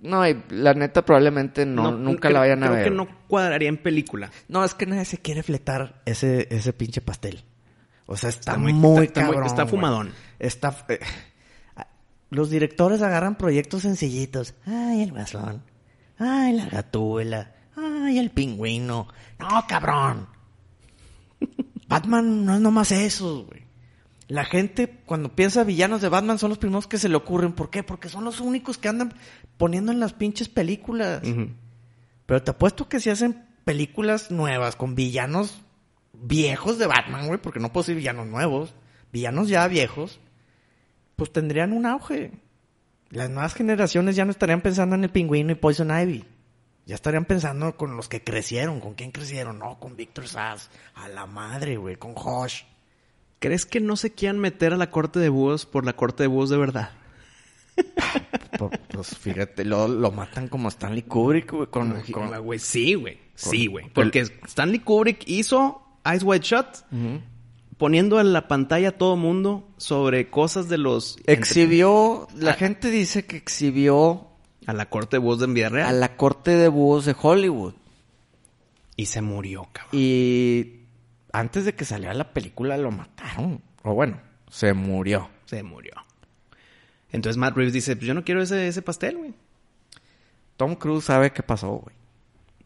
[SPEAKER 1] No, y la neta probablemente no, nunca
[SPEAKER 3] creo-
[SPEAKER 1] la vayan a
[SPEAKER 3] creo
[SPEAKER 1] ver.
[SPEAKER 3] que no cuadraría en película.
[SPEAKER 1] No, es que nadie se quiere fletar ese, ese pinche pastel. O sea, está,
[SPEAKER 3] Está muy-
[SPEAKER 1] muy,
[SPEAKER 3] está- está muy-
[SPEAKER 1] cabrón,
[SPEAKER 3] está
[SPEAKER 1] güey.
[SPEAKER 3] fumadón.
[SPEAKER 1] Está... eh, Los directores agarran proyectos sencillitos. Ay, el guasón. Ay, la gatuela. Ay, el pingüino. No, cabrón. Batman no es nomás eso, güey. La gente, cuando piensa villanos de Batman, son los primeros que se le ocurren. ¿Por qué? Porque son los únicos que andan poniendo en las pinches películas. Pero te apuesto que si hacen películas nuevas con villanos viejos de Batman, güey, porque no puedo decir villanos nuevos, villanos ya viejos, pues tendrían un auge. Las nuevas generaciones ya no estarían pensando en el pingüino y Poison Ivy. Ya estarían pensando con los que crecieron, con quién crecieron, no, con Victor Sass, a la madre, güey, con Hosh.
[SPEAKER 3] ¿Crees que no se quieran meter a la corte de búhos por la corte de búhos de verdad?
[SPEAKER 1] Po- Pues fíjate, lo, lo matan como a Stanley Kubrick, güey, con, con-
[SPEAKER 3] la güey. Sí, güey. Sí, güey.
[SPEAKER 1] con-
[SPEAKER 3] Porque Stanley Kubrick hizo Eyes Wide Shut poniendo en la pantalla a todo mundo sobre cosas de los...
[SPEAKER 1] Exhibió,
[SPEAKER 3] Ah.
[SPEAKER 1] la gente dice que exhibió
[SPEAKER 3] a la corte de búhos de vida
[SPEAKER 1] a
[SPEAKER 3] real.
[SPEAKER 1] la corte de búhos de Hollywood.
[SPEAKER 3] Y se murió, cabrón.
[SPEAKER 1] Y antes de que saliera la película lo mataron. O bueno, se murió.
[SPEAKER 3] Se murió. Entonces Matt Reeves dice, pues yo no quiero ese, ese pastel, güey.
[SPEAKER 1] Tom Cruise sabe qué pasó, güey.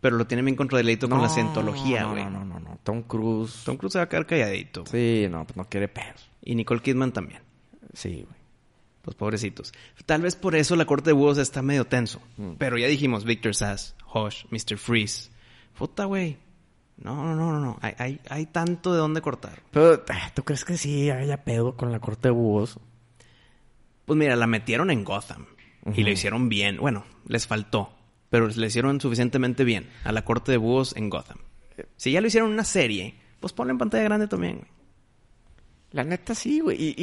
[SPEAKER 3] Pero lo tiene bien contradeleito con la
[SPEAKER 1] No,
[SPEAKER 3] cientología, güey.
[SPEAKER 1] No, no, no, no. Tom Cruise.
[SPEAKER 3] Tom Cruise se va a quedar calladito. güey.
[SPEAKER 1] Sí, no, pues no quiere pedos.
[SPEAKER 3] Y Nicole Kidman también.
[SPEAKER 1] Sí, güey.
[SPEAKER 3] Los pobrecitos. Tal vez por eso la corte de búhos está medio tenso. Pero ya dijimos, Victor Sass, Hosh, Mr. Freeze. Puta, güey. No, no, no, no, no. Hay, hay, hay tanto de dónde cortar.
[SPEAKER 1] Pero, ah, ¿tú crees que sí haya pedo con la corte de búhos?
[SPEAKER 3] Pues mira, la metieron en Gotham. Y lo hicieron bien. Bueno, les faltó. Pero le hicieron suficientemente bien a la corte de búhos en Gotham. Si ya lo hicieron en una serie, pues ponlo en pantalla grande también, güey.
[SPEAKER 1] La neta sí, güey. Y,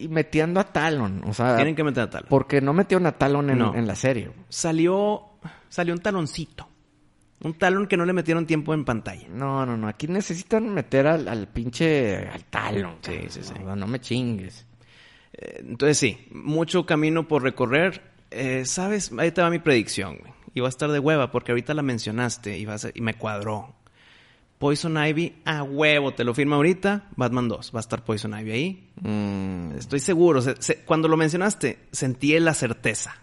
[SPEAKER 1] y- y metiendo a Talon. O sea,
[SPEAKER 3] Tienen que meter a tal.
[SPEAKER 1] porque no metieron a Talon en,
[SPEAKER 3] No.
[SPEAKER 1] en la serie. güey.
[SPEAKER 3] Salió, salió un taloncito. Un talón que no le metieron tiempo en pantalla.
[SPEAKER 1] No, no, no. Aquí necesitan meter al, al pinche. al Talon.
[SPEAKER 3] Sí,
[SPEAKER 1] cabrón.
[SPEAKER 3] sí, sí.
[SPEAKER 1] No, no me chingues.
[SPEAKER 3] Eh, Entonces sí, mucho camino por recorrer. Eh, Sabes, ahí te va mi predicción, güey. Y va a estar de hueva porque ahorita la mencionaste y, va a ser- y me cuadró. Poison Ivy, a huevo, te lo firma ahorita. Batman 2, va a estar Poison Ivy ahí.
[SPEAKER 1] Mm,
[SPEAKER 3] Estoy seguro, se- se- cuando lo mencionaste, sentí la certeza.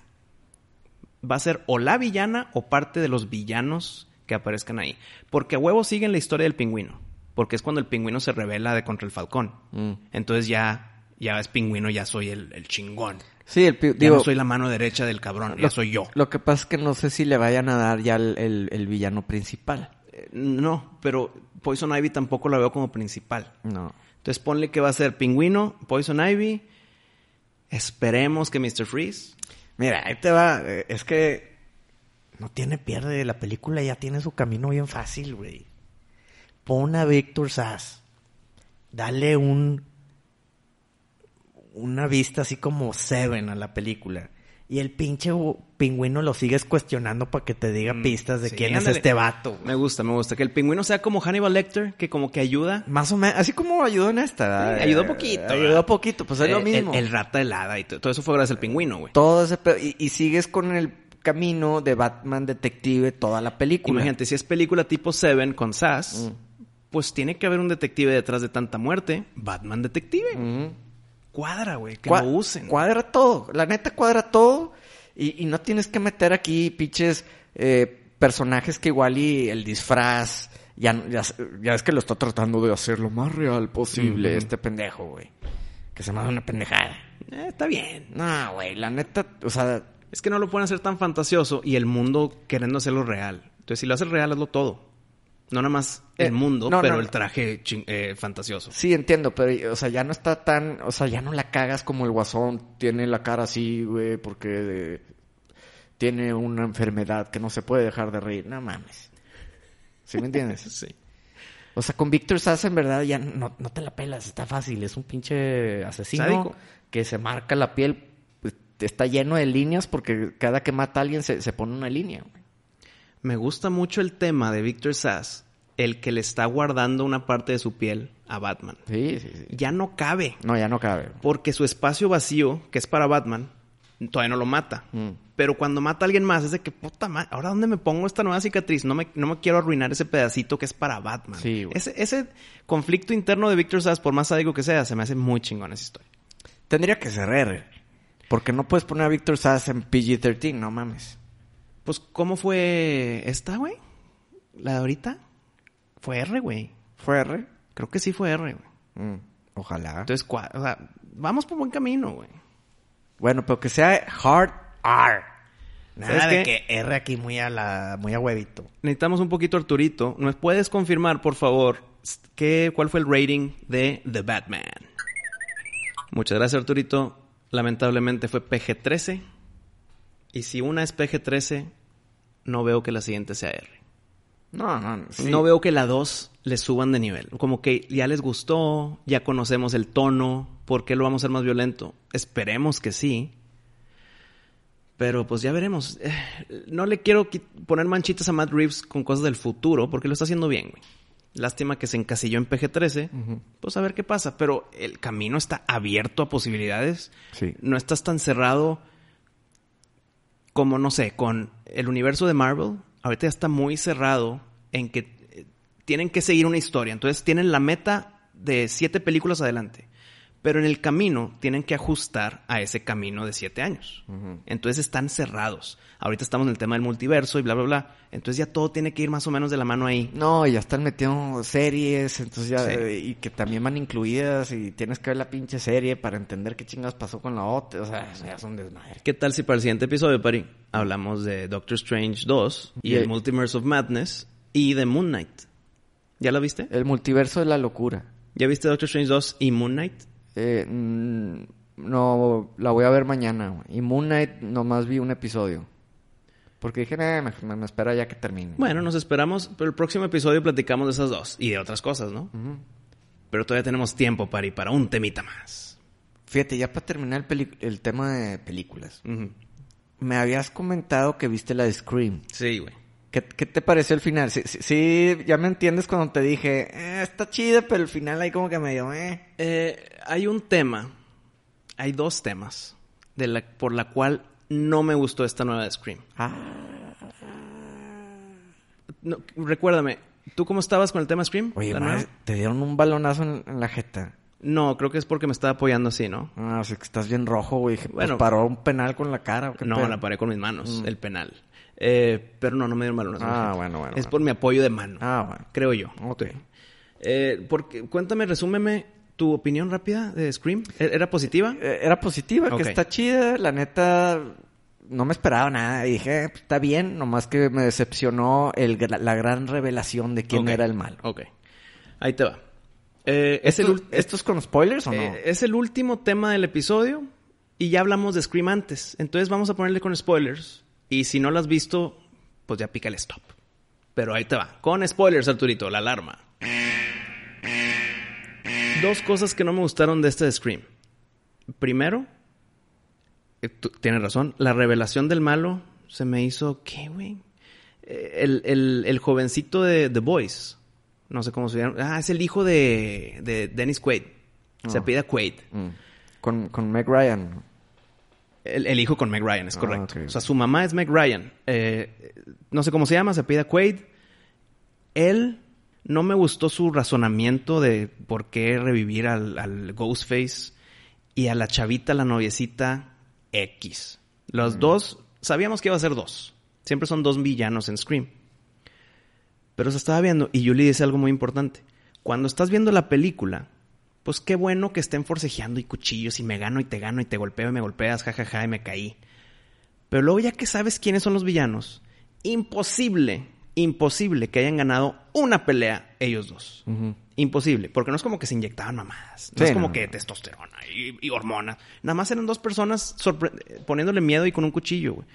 [SPEAKER 3] Va a ser o la villana o parte de los villanos que aparezcan ahí. Porque a huevo siguen la historia del pingüino. Porque es cuando el pingüino se revela de contra el falcón.
[SPEAKER 1] Mm.
[SPEAKER 3] Entonces ya, ya es pingüino, ya soy el, el chingón.
[SPEAKER 1] Sí, el pi-
[SPEAKER 3] Ya
[SPEAKER 1] digo,
[SPEAKER 3] no soy la mano derecha del cabrón, ya soy yo.
[SPEAKER 1] Lo que pasa es que no sé si le vayan a dar ya el, el- el villano principal.
[SPEAKER 3] Eh, No, pero Poison Ivy tampoco la veo como principal.
[SPEAKER 1] No.
[SPEAKER 3] Entonces ponle que va a ser pingüino, Poison Ivy. Esperemos que Mr. Freeze.
[SPEAKER 1] Mira, ahí te va. eh, Es que no tiene pierde. La película ya tiene su camino bien fácil, güey. Pon a Victor Sass. Dale un. Una vista así como Seven a la película. Y el pinche bu- pingüino lo sigues cuestionando para que te diga pistas de
[SPEAKER 3] Mm, Sí,
[SPEAKER 1] quién es
[SPEAKER 3] ándale.
[SPEAKER 1] este vato. güey.
[SPEAKER 3] Me gusta, me gusta. Que el pingüino sea como Hannibal Lecter, que como que ayuda.
[SPEAKER 1] Más o menos, así como ayudó en esta. ¿verdad?
[SPEAKER 3] Sí, ayudó poquito,
[SPEAKER 1] Eh,
[SPEAKER 3] ¿verdad?
[SPEAKER 1] Ayudó poquito, pues es lo
[SPEAKER 3] El-
[SPEAKER 1] mismo.
[SPEAKER 3] El, el rata helada y todo, todo eso fue gracias al pingüino, güey.
[SPEAKER 1] Todo ese pe- y, y sigues con el camino de Batman detective toda la película.
[SPEAKER 3] Imagínate, si es película tipo Seven con
[SPEAKER 7] Mm.
[SPEAKER 3] Sass, pues tiene que haber un detective detrás de tanta muerte. Batman detective.
[SPEAKER 7] Mm.
[SPEAKER 3] güey.
[SPEAKER 1] Ujú.
[SPEAKER 3] Cuadra, güey, que
[SPEAKER 1] Cua-
[SPEAKER 3] lo usen.
[SPEAKER 1] Cuadra todo. La neta cuadra todo. Y, y no tienes que meter aquí pinches eh, personajes que igual y el disfraz. Ya, ya, ya es que lo está tratando de hacer lo más real posible este pendejo, güey. Que se me hace una pendejada.
[SPEAKER 3] Eh, está bien.
[SPEAKER 7] No, güey, la neta, o sea,
[SPEAKER 3] Es que no lo pueden hacer tan fantasioso y el mundo queriendo hacerlo real. Entonces, si lo haces real, hazlo todo. No nada más el
[SPEAKER 7] Eh,
[SPEAKER 3] mundo,
[SPEAKER 7] no,
[SPEAKER 3] pero
[SPEAKER 7] no,
[SPEAKER 3] el
[SPEAKER 7] no.
[SPEAKER 3] traje chin- eh, fantasioso.
[SPEAKER 7] sí entiendo, pero, o sea, ya no está tan, o sea, ya no la cagas como el guasón tiene la cara así, güey, porque eh, tiene una enfermedad que no se puede dejar de reír. No mames. ¿Sí me entiendes?
[SPEAKER 3] Sí.
[SPEAKER 7] O sea, con Victor Sass en verdad ya no, no te la pelas, está fácil, es un pinche asesino
[SPEAKER 3] Sádico.
[SPEAKER 7] que se marca la piel, pues, está lleno de líneas porque cada que mata a alguien se, se pone una línea. güey.
[SPEAKER 3] Me gusta mucho el tema de Victor Sass, el que le está guardando una parte de su piel a Batman.
[SPEAKER 7] Sí, sí, sí.
[SPEAKER 3] Ya no cabe,
[SPEAKER 7] No, ya no cabe.
[SPEAKER 3] porque su espacio vacío, que es para Batman, todavía no lo mata.
[SPEAKER 7] Mm.
[SPEAKER 3] Pero cuando mata a alguien más, es de que puta madre, ¿ahora dónde me pongo esta nueva cicatriz? No me, no me quiero arruinar ese pedacito que es para Batman.
[SPEAKER 7] Sí, güey.
[SPEAKER 3] ese, ese conflicto interno de Victor Sass, por más sádico que sea, se me hace muy chingón esa historia.
[SPEAKER 7] Tendría que ser R, porque no puedes poner a Victor Sass en PG-13, no mames.
[SPEAKER 3] Pues, ¿cómo fue esta, güey? ¿La de ahorita? Fue R, güey.
[SPEAKER 7] ¿Fue R?
[SPEAKER 3] Creo que sí fue R, güey.
[SPEAKER 7] Mm, ojalá.
[SPEAKER 3] Entonces, cua- o sea, vamos por buen camino, güey.
[SPEAKER 7] bueno, pero que sea hard R.
[SPEAKER 3] ¿Sabes
[SPEAKER 7] Nada de
[SPEAKER 3] qué?
[SPEAKER 7] que R aquí muy a la muy a huevito.
[SPEAKER 3] Necesitamos un poquito, Arturito. ¿Nos puedes confirmar, por favor, s- qué, cuál fue el rating de The Batman? Muchas gracias, Arturito. Lamentablemente fue PG-13. Y si una es PG-13, no veo que la siguiente sea R.
[SPEAKER 7] No, no, no. sí.
[SPEAKER 3] No veo que la 2 le suban de nivel. Como que ya les gustó, ya conocemos el tono, ¿por qué lo vamos a hacer más violento? Esperemos que sí. Pero pues ya veremos. Eh, No le quiero qui- poner manchitas a Matt Reeves con cosas del futuro, porque lo está haciendo bien, güey. Lástima que se encasilló en PG-13. Pues a ver qué pasa. Pero el camino está abierto a posibilidades.
[SPEAKER 7] Sí.
[SPEAKER 3] No estás tan cerrado como, no sé, con el universo de Marvel, ahorita ya está muy cerrado en que eh, tienen que seguir una historia. Entonces tienen la meta de siete películas adelante. Pero en el camino tienen que ajustar a ese camino de siete años. Entonces están cerrados. Ahorita estamos en el tema del multiverso y bla, bla, bla. Entonces ya todo tiene que ir más o menos de la mano ahí.
[SPEAKER 7] No, y ya están metiendo series, entonces ya,
[SPEAKER 3] Sí.
[SPEAKER 7] eh, y que también van incluidas, y tienes que ver la pinche serie para entender qué chingas pasó con la otra, o sea, ya es un desmadre.
[SPEAKER 3] ¿Qué tal si para el siguiente episodio, Pari, hablamos de Doctor Strange 2 y
[SPEAKER 7] Yeah.
[SPEAKER 3] el Multiverse of Madness y de Moon Knight? ¿Ya la viste?
[SPEAKER 7] El multiverso de la locura.
[SPEAKER 3] ¿Ya viste Doctor Strange 2 y Moon Knight?
[SPEAKER 7] Eh, mm, no, la voy a ver mañana, güey. Y Moon Knight nomás vi un episodio. Porque dije, "Nah, me, me- me espera ya que termine.
[SPEAKER 3] Bueno, nos esperamos, pero el próximo episodio platicamos de esas dos y de otras cosas, ¿no? Pero todavía tenemos tiempo, Pari, para un temita más.
[SPEAKER 7] Fíjate, ya para terminar el, peli- el tema de películas.
[SPEAKER 3] Ujú.
[SPEAKER 7] Me habías comentado que viste la de Scream.
[SPEAKER 3] Sí, güey.
[SPEAKER 7] ¿Qué, qué te pareció el final? Sí, sí, sí, ya me entiendes cuando te dije, "Eh, está chida, pero el final ahí como que me dio, eh.
[SPEAKER 3] Eh, hay un tema, hay dos temas, de la, por la cual no me gustó esta nueva de Scream.
[SPEAKER 7] Ah.
[SPEAKER 3] No, recuérdame, ¿tú cómo estabas con el tema Scream?
[SPEAKER 7] Oye,
[SPEAKER 3] ¿La
[SPEAKER 7] madre,
[SPEAKER 3] nueva?
[SPEAKER 7] te dieron un balonazo en, en la jeta.
[SPEAKER 3] No, creo que es porque me estaba apoyando así, ¿no?
[SPEAKER 7] Ah, o sea, que estás bien rojo, güey. Dije, pues,
[SPEAKER 3] Bueno.
[SPEAKER 7] paró un penal con la cara. ¿o qué
[SPEAKER 3] No,
[SPEAKER 7] pedo? Mm.
[SPEAKER 3] la paré con mis manos, el penal. Eh, pero no, no me dieron balones.
[SPEAKER 7] Ah, bueno, bueno,
[SPEAKER 3] Es
[SPEAKER 7] bueno.
[SPEAKER 3] por mi apoyo de mano.
[SPEAKER 7] Ah, bueno.
[SPEAKER 3] Creo yo.
[SPEAKER 7] Ok.
[SPEAKER 3] Eh, porque, cuéntame, resúmeme tu opinión rápida de Scream. ¿E- ¿Era positiva?
[SPEAKER 7] Eh, Era positiva,
[SPEAKER 3] Ok.
[SPEAKER 7] que está chida. La neta, no me esperaba nada. Y dije, "Eh, pues, está bien. Nomás que me decepcionó el, gra- la gran revelación de quién
[SPEAKER 3] Ok.
[SPEAKER 7] era el malo.
[SPEAKER 3] Ok. Ahí te va. Eh, es, el,
[SPEAKER 7] ¿Esto,
[SPEAKER 3] ul-
[SPEAKER 7] esto es con spoilers o no?
[SPEAKER 3] eh, es el último tema del episodio y ya hablamos de Scream antes. Entonces vamos a ponerle con spoilers. Y si no lo has visto, pues ya pica el stop. Pero ahí te va. Con spoilers, Arturito, la alarma. Dos cosas que no me gustaron de este de Scream. Primero, eh, tú- tienes razón, la revelación del malo se me hizo, ¿qué, güey? Eh, El, el- el jovencito de The Boys, no sé cómo se llama. Ah, es el hijo de, de Dennis Quaid. Se
[SPEAKER 7] Ah.
[SPEAKER 3] apellida Quaid.
[SPEAKER 7] Mm. Con, con Meg Ryan. ¿no?
[SPEAKER 3] El, el hijo con Meg Ryan, es
[SPEAKER 7] Ah,
[SPEAKER 3] correcto.
[SPEAKER 7] ok.
[SPEAKER 3] O sea, su mamá es Meg Ryan. Eh, no sé cómo se llama, se apellida Quaid. Él no me gustó su razonamiento de por qué revivir al, al Ghostface y a la chavita, la noviecita X. Los
[SPEAKER 7] Mm.
[SPEAKER 3] dos, sabíamos que iba a ser dos. Siempre son dos villanos en Scream. Pero se estaba viendo y Julie dice algo muy importante. Cuando estás viendo la película, pues qué bueno que estén forcejeando y cuchillos y me gano y te gano y te golpeo y me golpeas, jajaja, y me caí. Pero luego ya que sabes quiénes son los villanos, imposible, imposible que hayan ganado una pelea ellos dos. Imposible, porque no es como que se inyectaban mamadas, no
[SPEAKER 7] Sí,
[SPEAKER 3] es como
[SPEAKER 7] no,
[SPEAKER 3] que
[SPEAKER 7] no.
[SPEAKER 3] testosterona y, y hormona. Nada más eran dos personas sorpre- eh, poniéndole miedo y con un cuchillo, güey.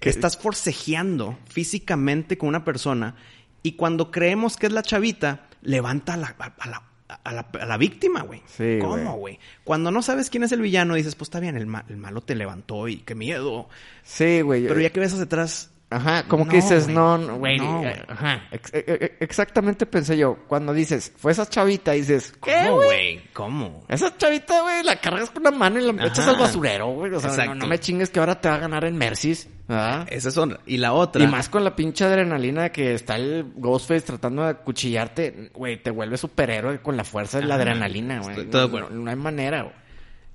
[SPEAKER 3] Que estás forcejeando físicamente con una persona y cuando creemos que es la chavita, levanta a la, a- a la- a la- a la víctima, güey.
[SPEAKER 7] Sí,
[SPEAKER 3] ¿Cómo, güey? Cuando no sabes quién es el villano, dices, pues está bien, el, ma- el malo te levantó y qué miedo.
[SPEAKER 7] Sí, güey.
[SPEAKER 3] Pero ya que ves hacia atrás,
[SPEAKER 7] Ajá, como
[SPEAKER 3] No,
[SPEAKER 7] que dices,
[SPEAKER 3] güey.
[SPEAKER 7] no, no, güey.
[SPEAKER 3] No,
[SPEAKER 7] eh,
[SPEAKER 3] güey.
[SPEAKER 7] ajá. Ex- eh, eh, exactamente pensé yo. Cuando dices, fue esa chavita, dices, ¿qué,
[SPEAKER 3] ¿cómo,
[SPEAKER 7] güey?
[SPEAKER 3] güey? ¿Cómo?
[SPEAKER 7] Esa chavita, güey, la cargas con la mano y la
[SPEAKER 3] Ajá.
[SPEAKER 7] echas al basurero, güey. O sea, no-
[SPEAKER 3] Exacto.
[SPEAKER 7] no, me chingues que ahora te va a ganar en Mercis, ¿verdad?
[SPEAKER 3] Esa es otra. Y la otra.
[SPEAKER 7] Y más con la pinche adrenalina que está el Ghostface tratando de acuchillarte, güey, te vuelve superhéroe con la fuerza de la
[SPEAKER 3] Ajá.
[SPEAKER 7] adrenalina, güey.
[SPEAKER 3] Estoy- estoy de
[SPEAKER 7] No-
[SPEAKER 3] acuerdo.
[SPEAKER 7] No, no hay manera, güey.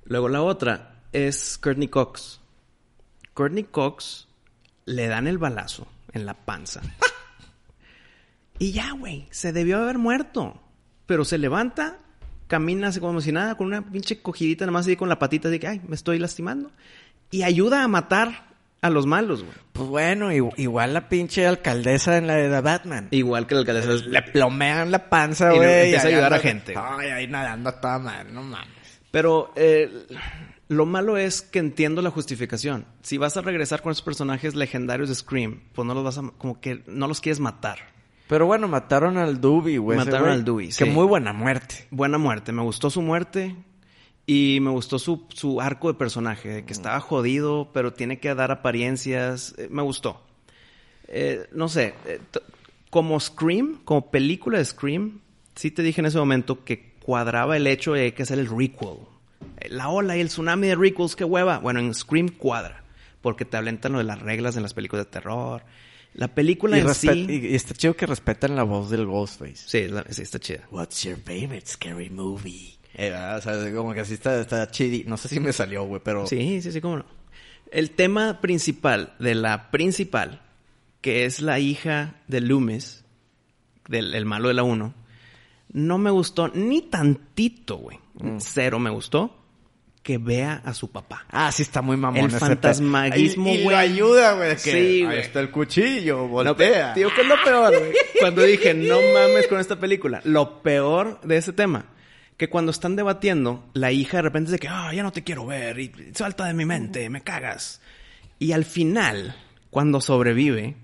[SPEAKER 3] Luego la otra es Courtney Cox. Courtney Cox le dan el balazo en la panza. y ya, güey, se debió haber muerto. Pero se levanta, camina así como si nada, con una pinche cogidita nada más así con la patita, así que, ay, me estoy lastimando. Y ayuda a matar a los malos, güey.
[SPEAKER 7] Pues bueno, igu- igual la pinche alcaldesa en la de The Batman.
[SPEAKER 3] Igual que el alcalde.
[SPEAKER 7] Le plomean la panza,
[SPEAKER 3] Y
[SPEAKER 7] güey.
[SPEAKER 3] le empieza a
[SPEAKER 7] ahí
[SPEAKER 3] ayudar a
[SPEAKER 7] anda-
[SPEAKER 3] gente.
[SPEAKER 7] Ay, ahí nadando a toda madre, no mames.
[SPEAKER 3] Pero eh, lo malo es que entiendo la justificación. Si vas a regresar con esos personajes legendarios de Scream, pues no los vas a... Como que no los quieres matar.
[SPEAKER 7] Pero bueno, mataron al Dubi, güey. ese
[SPEAKER 3] Mataron
[SPEAKER 7] güey.
[SPEAKER 3] al Dewey,
[SPEAKER 7] Que
[SPEAKER 3] sí.
[SPEAKER 7] muy buena muerte.
[SPEAKER 3] buena muerte. Me gustó su muerte y me gustó su, su arco de personaje, de
[SPEAKER 7] Mm.
[SPEAKER 3] que estaba jodido, pero tiene que dar apariencias. Eh, me gustó. Eh, no sé, eh, t- como Scream, como película de Scream, sí te dije en ese momento que cuadraba el hecho de que hacer el requel. Eh, La ola y el tsunami de requels, qué hueva. Bueno, en Scream cuadra, porque te hablan lo de las reglas en las películas de terror. La película
[SPEAKER 7] Y,
[SPEAKER 3] en
[SPEAKER 7] respe-
[SPEAKER 3] sí...
[SPEAKER 7] y- y está chido que respetan la voz del Ghostface.
[SPEAKER 3] Sí, es la- sí, está chida.
[SPEAKER 7] What's your favorite scary movie? Eh, ah, o sea, como que así está, está chidi. No sé si me salió, güey, pero...
[SPEAKER 3] Sí, sí, sí, cómo no. El tema principal de la principal, que es la hija de Loomis, del el malo de la 1, no me gustó ni tantito, güey.
[SPEAKER 7] Mm.
[SPEAKER 3] Cero me gustó que vea a su papá.
[SPEAKER 7] Ah, sí está muy mamón.
[SPEAKER 3] El
[SPEAKER 7] ese pe-
[SPEAKER 3] fantasmaguismo,
[SPEAKER 7] Y- y lo
[SPEAKER 3] güey.
[SPEAKER 7] ayuda, güey. de que,
[SPEAKER 3] Sí,
[SPEAKER 7] ahí
[SPEAKER 3] güey.
[SPEAKER 7] está el cuchillo,
[SPEAKER 3] No,
[SPEAKER 7] voltea.
[SPEAKER 3] tío, ¿qué es lo peor, güey? Cuando dije, no mames con esta película. Lo peor de ese tema, que cuando están debatiendo, la hija de repente dice que, ah, ya no te quiero ver, y salta de mi mente, me cagas. Y al final, cuando sobrevive,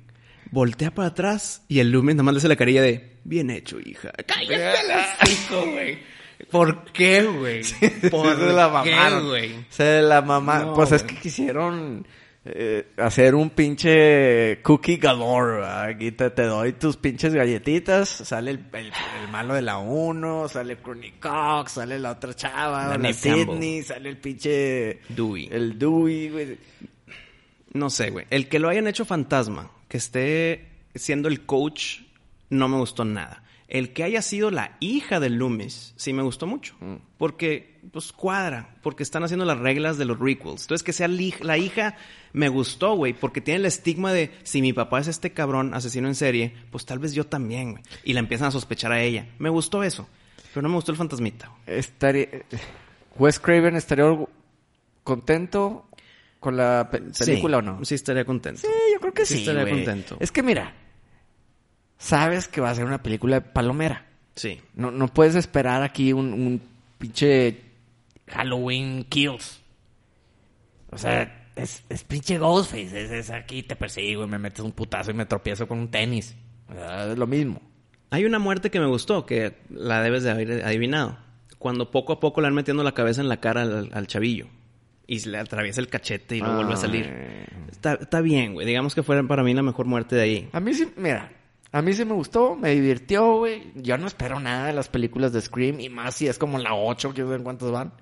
[SPEAKER 3] voltea para atrás y el Lumen nada más le hace la carilla de, bien hecho, hija. Cállate el hocico, güey. ¿Por qué, güey? ¿Por
[SPEAKER 7] se la
[SPEAKER 3] qué,
[SPEAKER 7] mamaron.
[SPEAKER 3] güey?
[SPEAKER 7] Se la mamaron.
[SPEAKER 3] No,
[SPEAKER 7] pues es
[SPEAKER 3] güey.
[SPEAKER 7] que quisieron eh, hacer un pinche cookie galore. ¿verdad? Aquí te, te doy tus pinches galletitas. Sale el, el- el malo de la 1, sale Courtney Cox, sale la otra chava, la,
[SPEAKER 3] Naomi
[SPEAKER 7] Sidney, sale el pinche...
[SPEAKER 3] Dewey.
[SPEAKER 7] El Dewey, güey.
[SPEAKER 3] No sé, güey. El que lo hayan hecho fantasma, que esté siendo el coach, no me gustó nada. El que haya sido la hija de Loomis, sí me gustó mucho.
[SPEAKER 7] Mm.
[SPEAKER 3] Porque, pues, cuadra. Porque están haciendo las reglas de los requels. Entonces, que sea li- la hija, me gustó, güey. Porque tiene el estigma de, si mi papá es este cabrón asesino en serie, pues tal vez yo también, güey. Y la empiezan a sospechar a ella. Me gustó eso. Pero no me gustó el fantasmita. güey.
[SPEAKER 7] Estaría... Wes Craven estaría orgu- contento con la pe- película o no?
[SPEAKER 3] Sí, estaría contento.
[SPEAKER 7] Sí, yo creo que sí.
[SPEAKER 3] estaría
[SPEAKER 7] güey.
[SPEAKER 3] contento.
[SPEAKER 7] Es que mira, sabes que va a ser una película de palomera.
[SPEAKER 3] Sí.
[SPEAKER 7] No, no puedes esperar aquí un, un pinche Halloween Kills. O sea, es, es pinche Ghostface. Es, es aquí te persigo y me metes un putazo y me tropiezo con un tenis. O sea, es lo mismo.
[SPEAKER 3] Hay una muerte que me gustó, que la debes de haber adivinado. Cuando poco a poco le han metiendo la cabeza en la cara al, al chavillo. Y se le atraviesa el cachete y lo vuelve a salir. Está, está bien, güey. Digamos que fue para mí la mejor muerte de ahí.
[SPEAKER 7] A mí sí, mira, a mí sí me gustó, me divirtió, güey. Yo no espero nada de las películas de Scream y más si es como la 8, que ver cuántas van.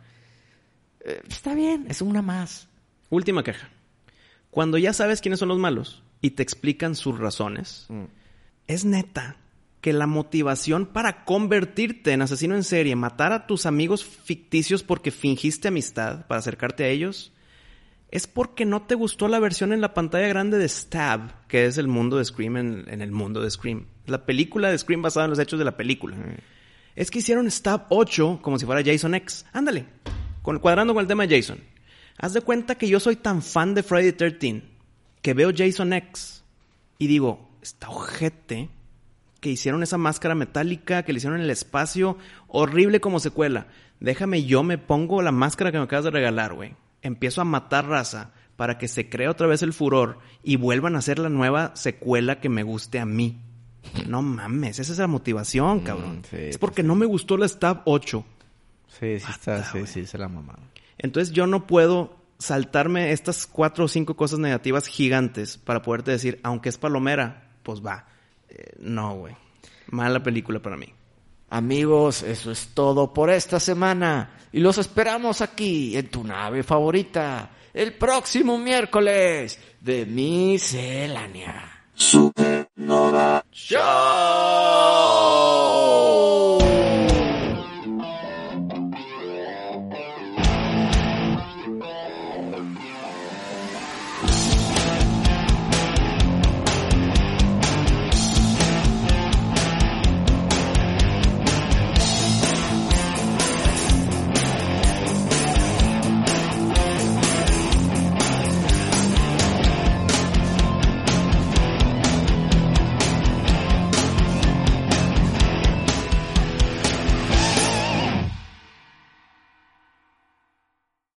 [SPEAKER 7] Eh, está bien, es una más.
[SPEAKER 3] Última queja. Cuando ya sabes quiénes son los malos y te explican sus razones, es neta que la motivación para convertirte en asesino en serie, matar a tus amigos ficticios porque fingiste amistad para acercarte a ellos, es porque no te gustó la versión en la pantalla grande de Stab, que es el mundo de Scream en, en el mundo de Scream. La película de Scream basada en los hechos de la película. Es que hicieron Stab 8 como si fuera Jason X. Ándale, con, cuadrando con el tema de Jason. Haz de cuenta que yo soy tan fan de Friday 13 que veo Jason X y digo, está ojete que hicieron esa máscara metálica, que le hicieron en el espacio, horrible como secuela. Déjame yo me pongo la máscara que me acabas de regalar, güey. Empiezo a matar raza para que se cree otra vez el furor y vuelvan a hacer la nueva secuela que me guste a mí. No mames, esa es la motivación, cabrón.
[SPEAKER 7] Mm, sí,
[SPEAKER 3] es porque no me gustó la Stab 8.
[SPEAKER 7] Sí, sí, está,
[SPEAKER 3] Bata,
[SPEAKER 7] sí,
[SPEAKER 3] güey.
[SPEAKER 7] sí, se la mamaron.
[SPEAKER 3] Entonces yo no puedo saltarme estas cuatro o cinco cosas negativas gigantes para poderte decir, aunque es palomera, pues va. Eh, no, güey. Mala película para mí.
[SPEAKER 7] Amigos, eso es todo por esta semana. Y los esperamos aquí, en tu nave favorita, el próximo miércoles de Miscelánea. Supernova Show.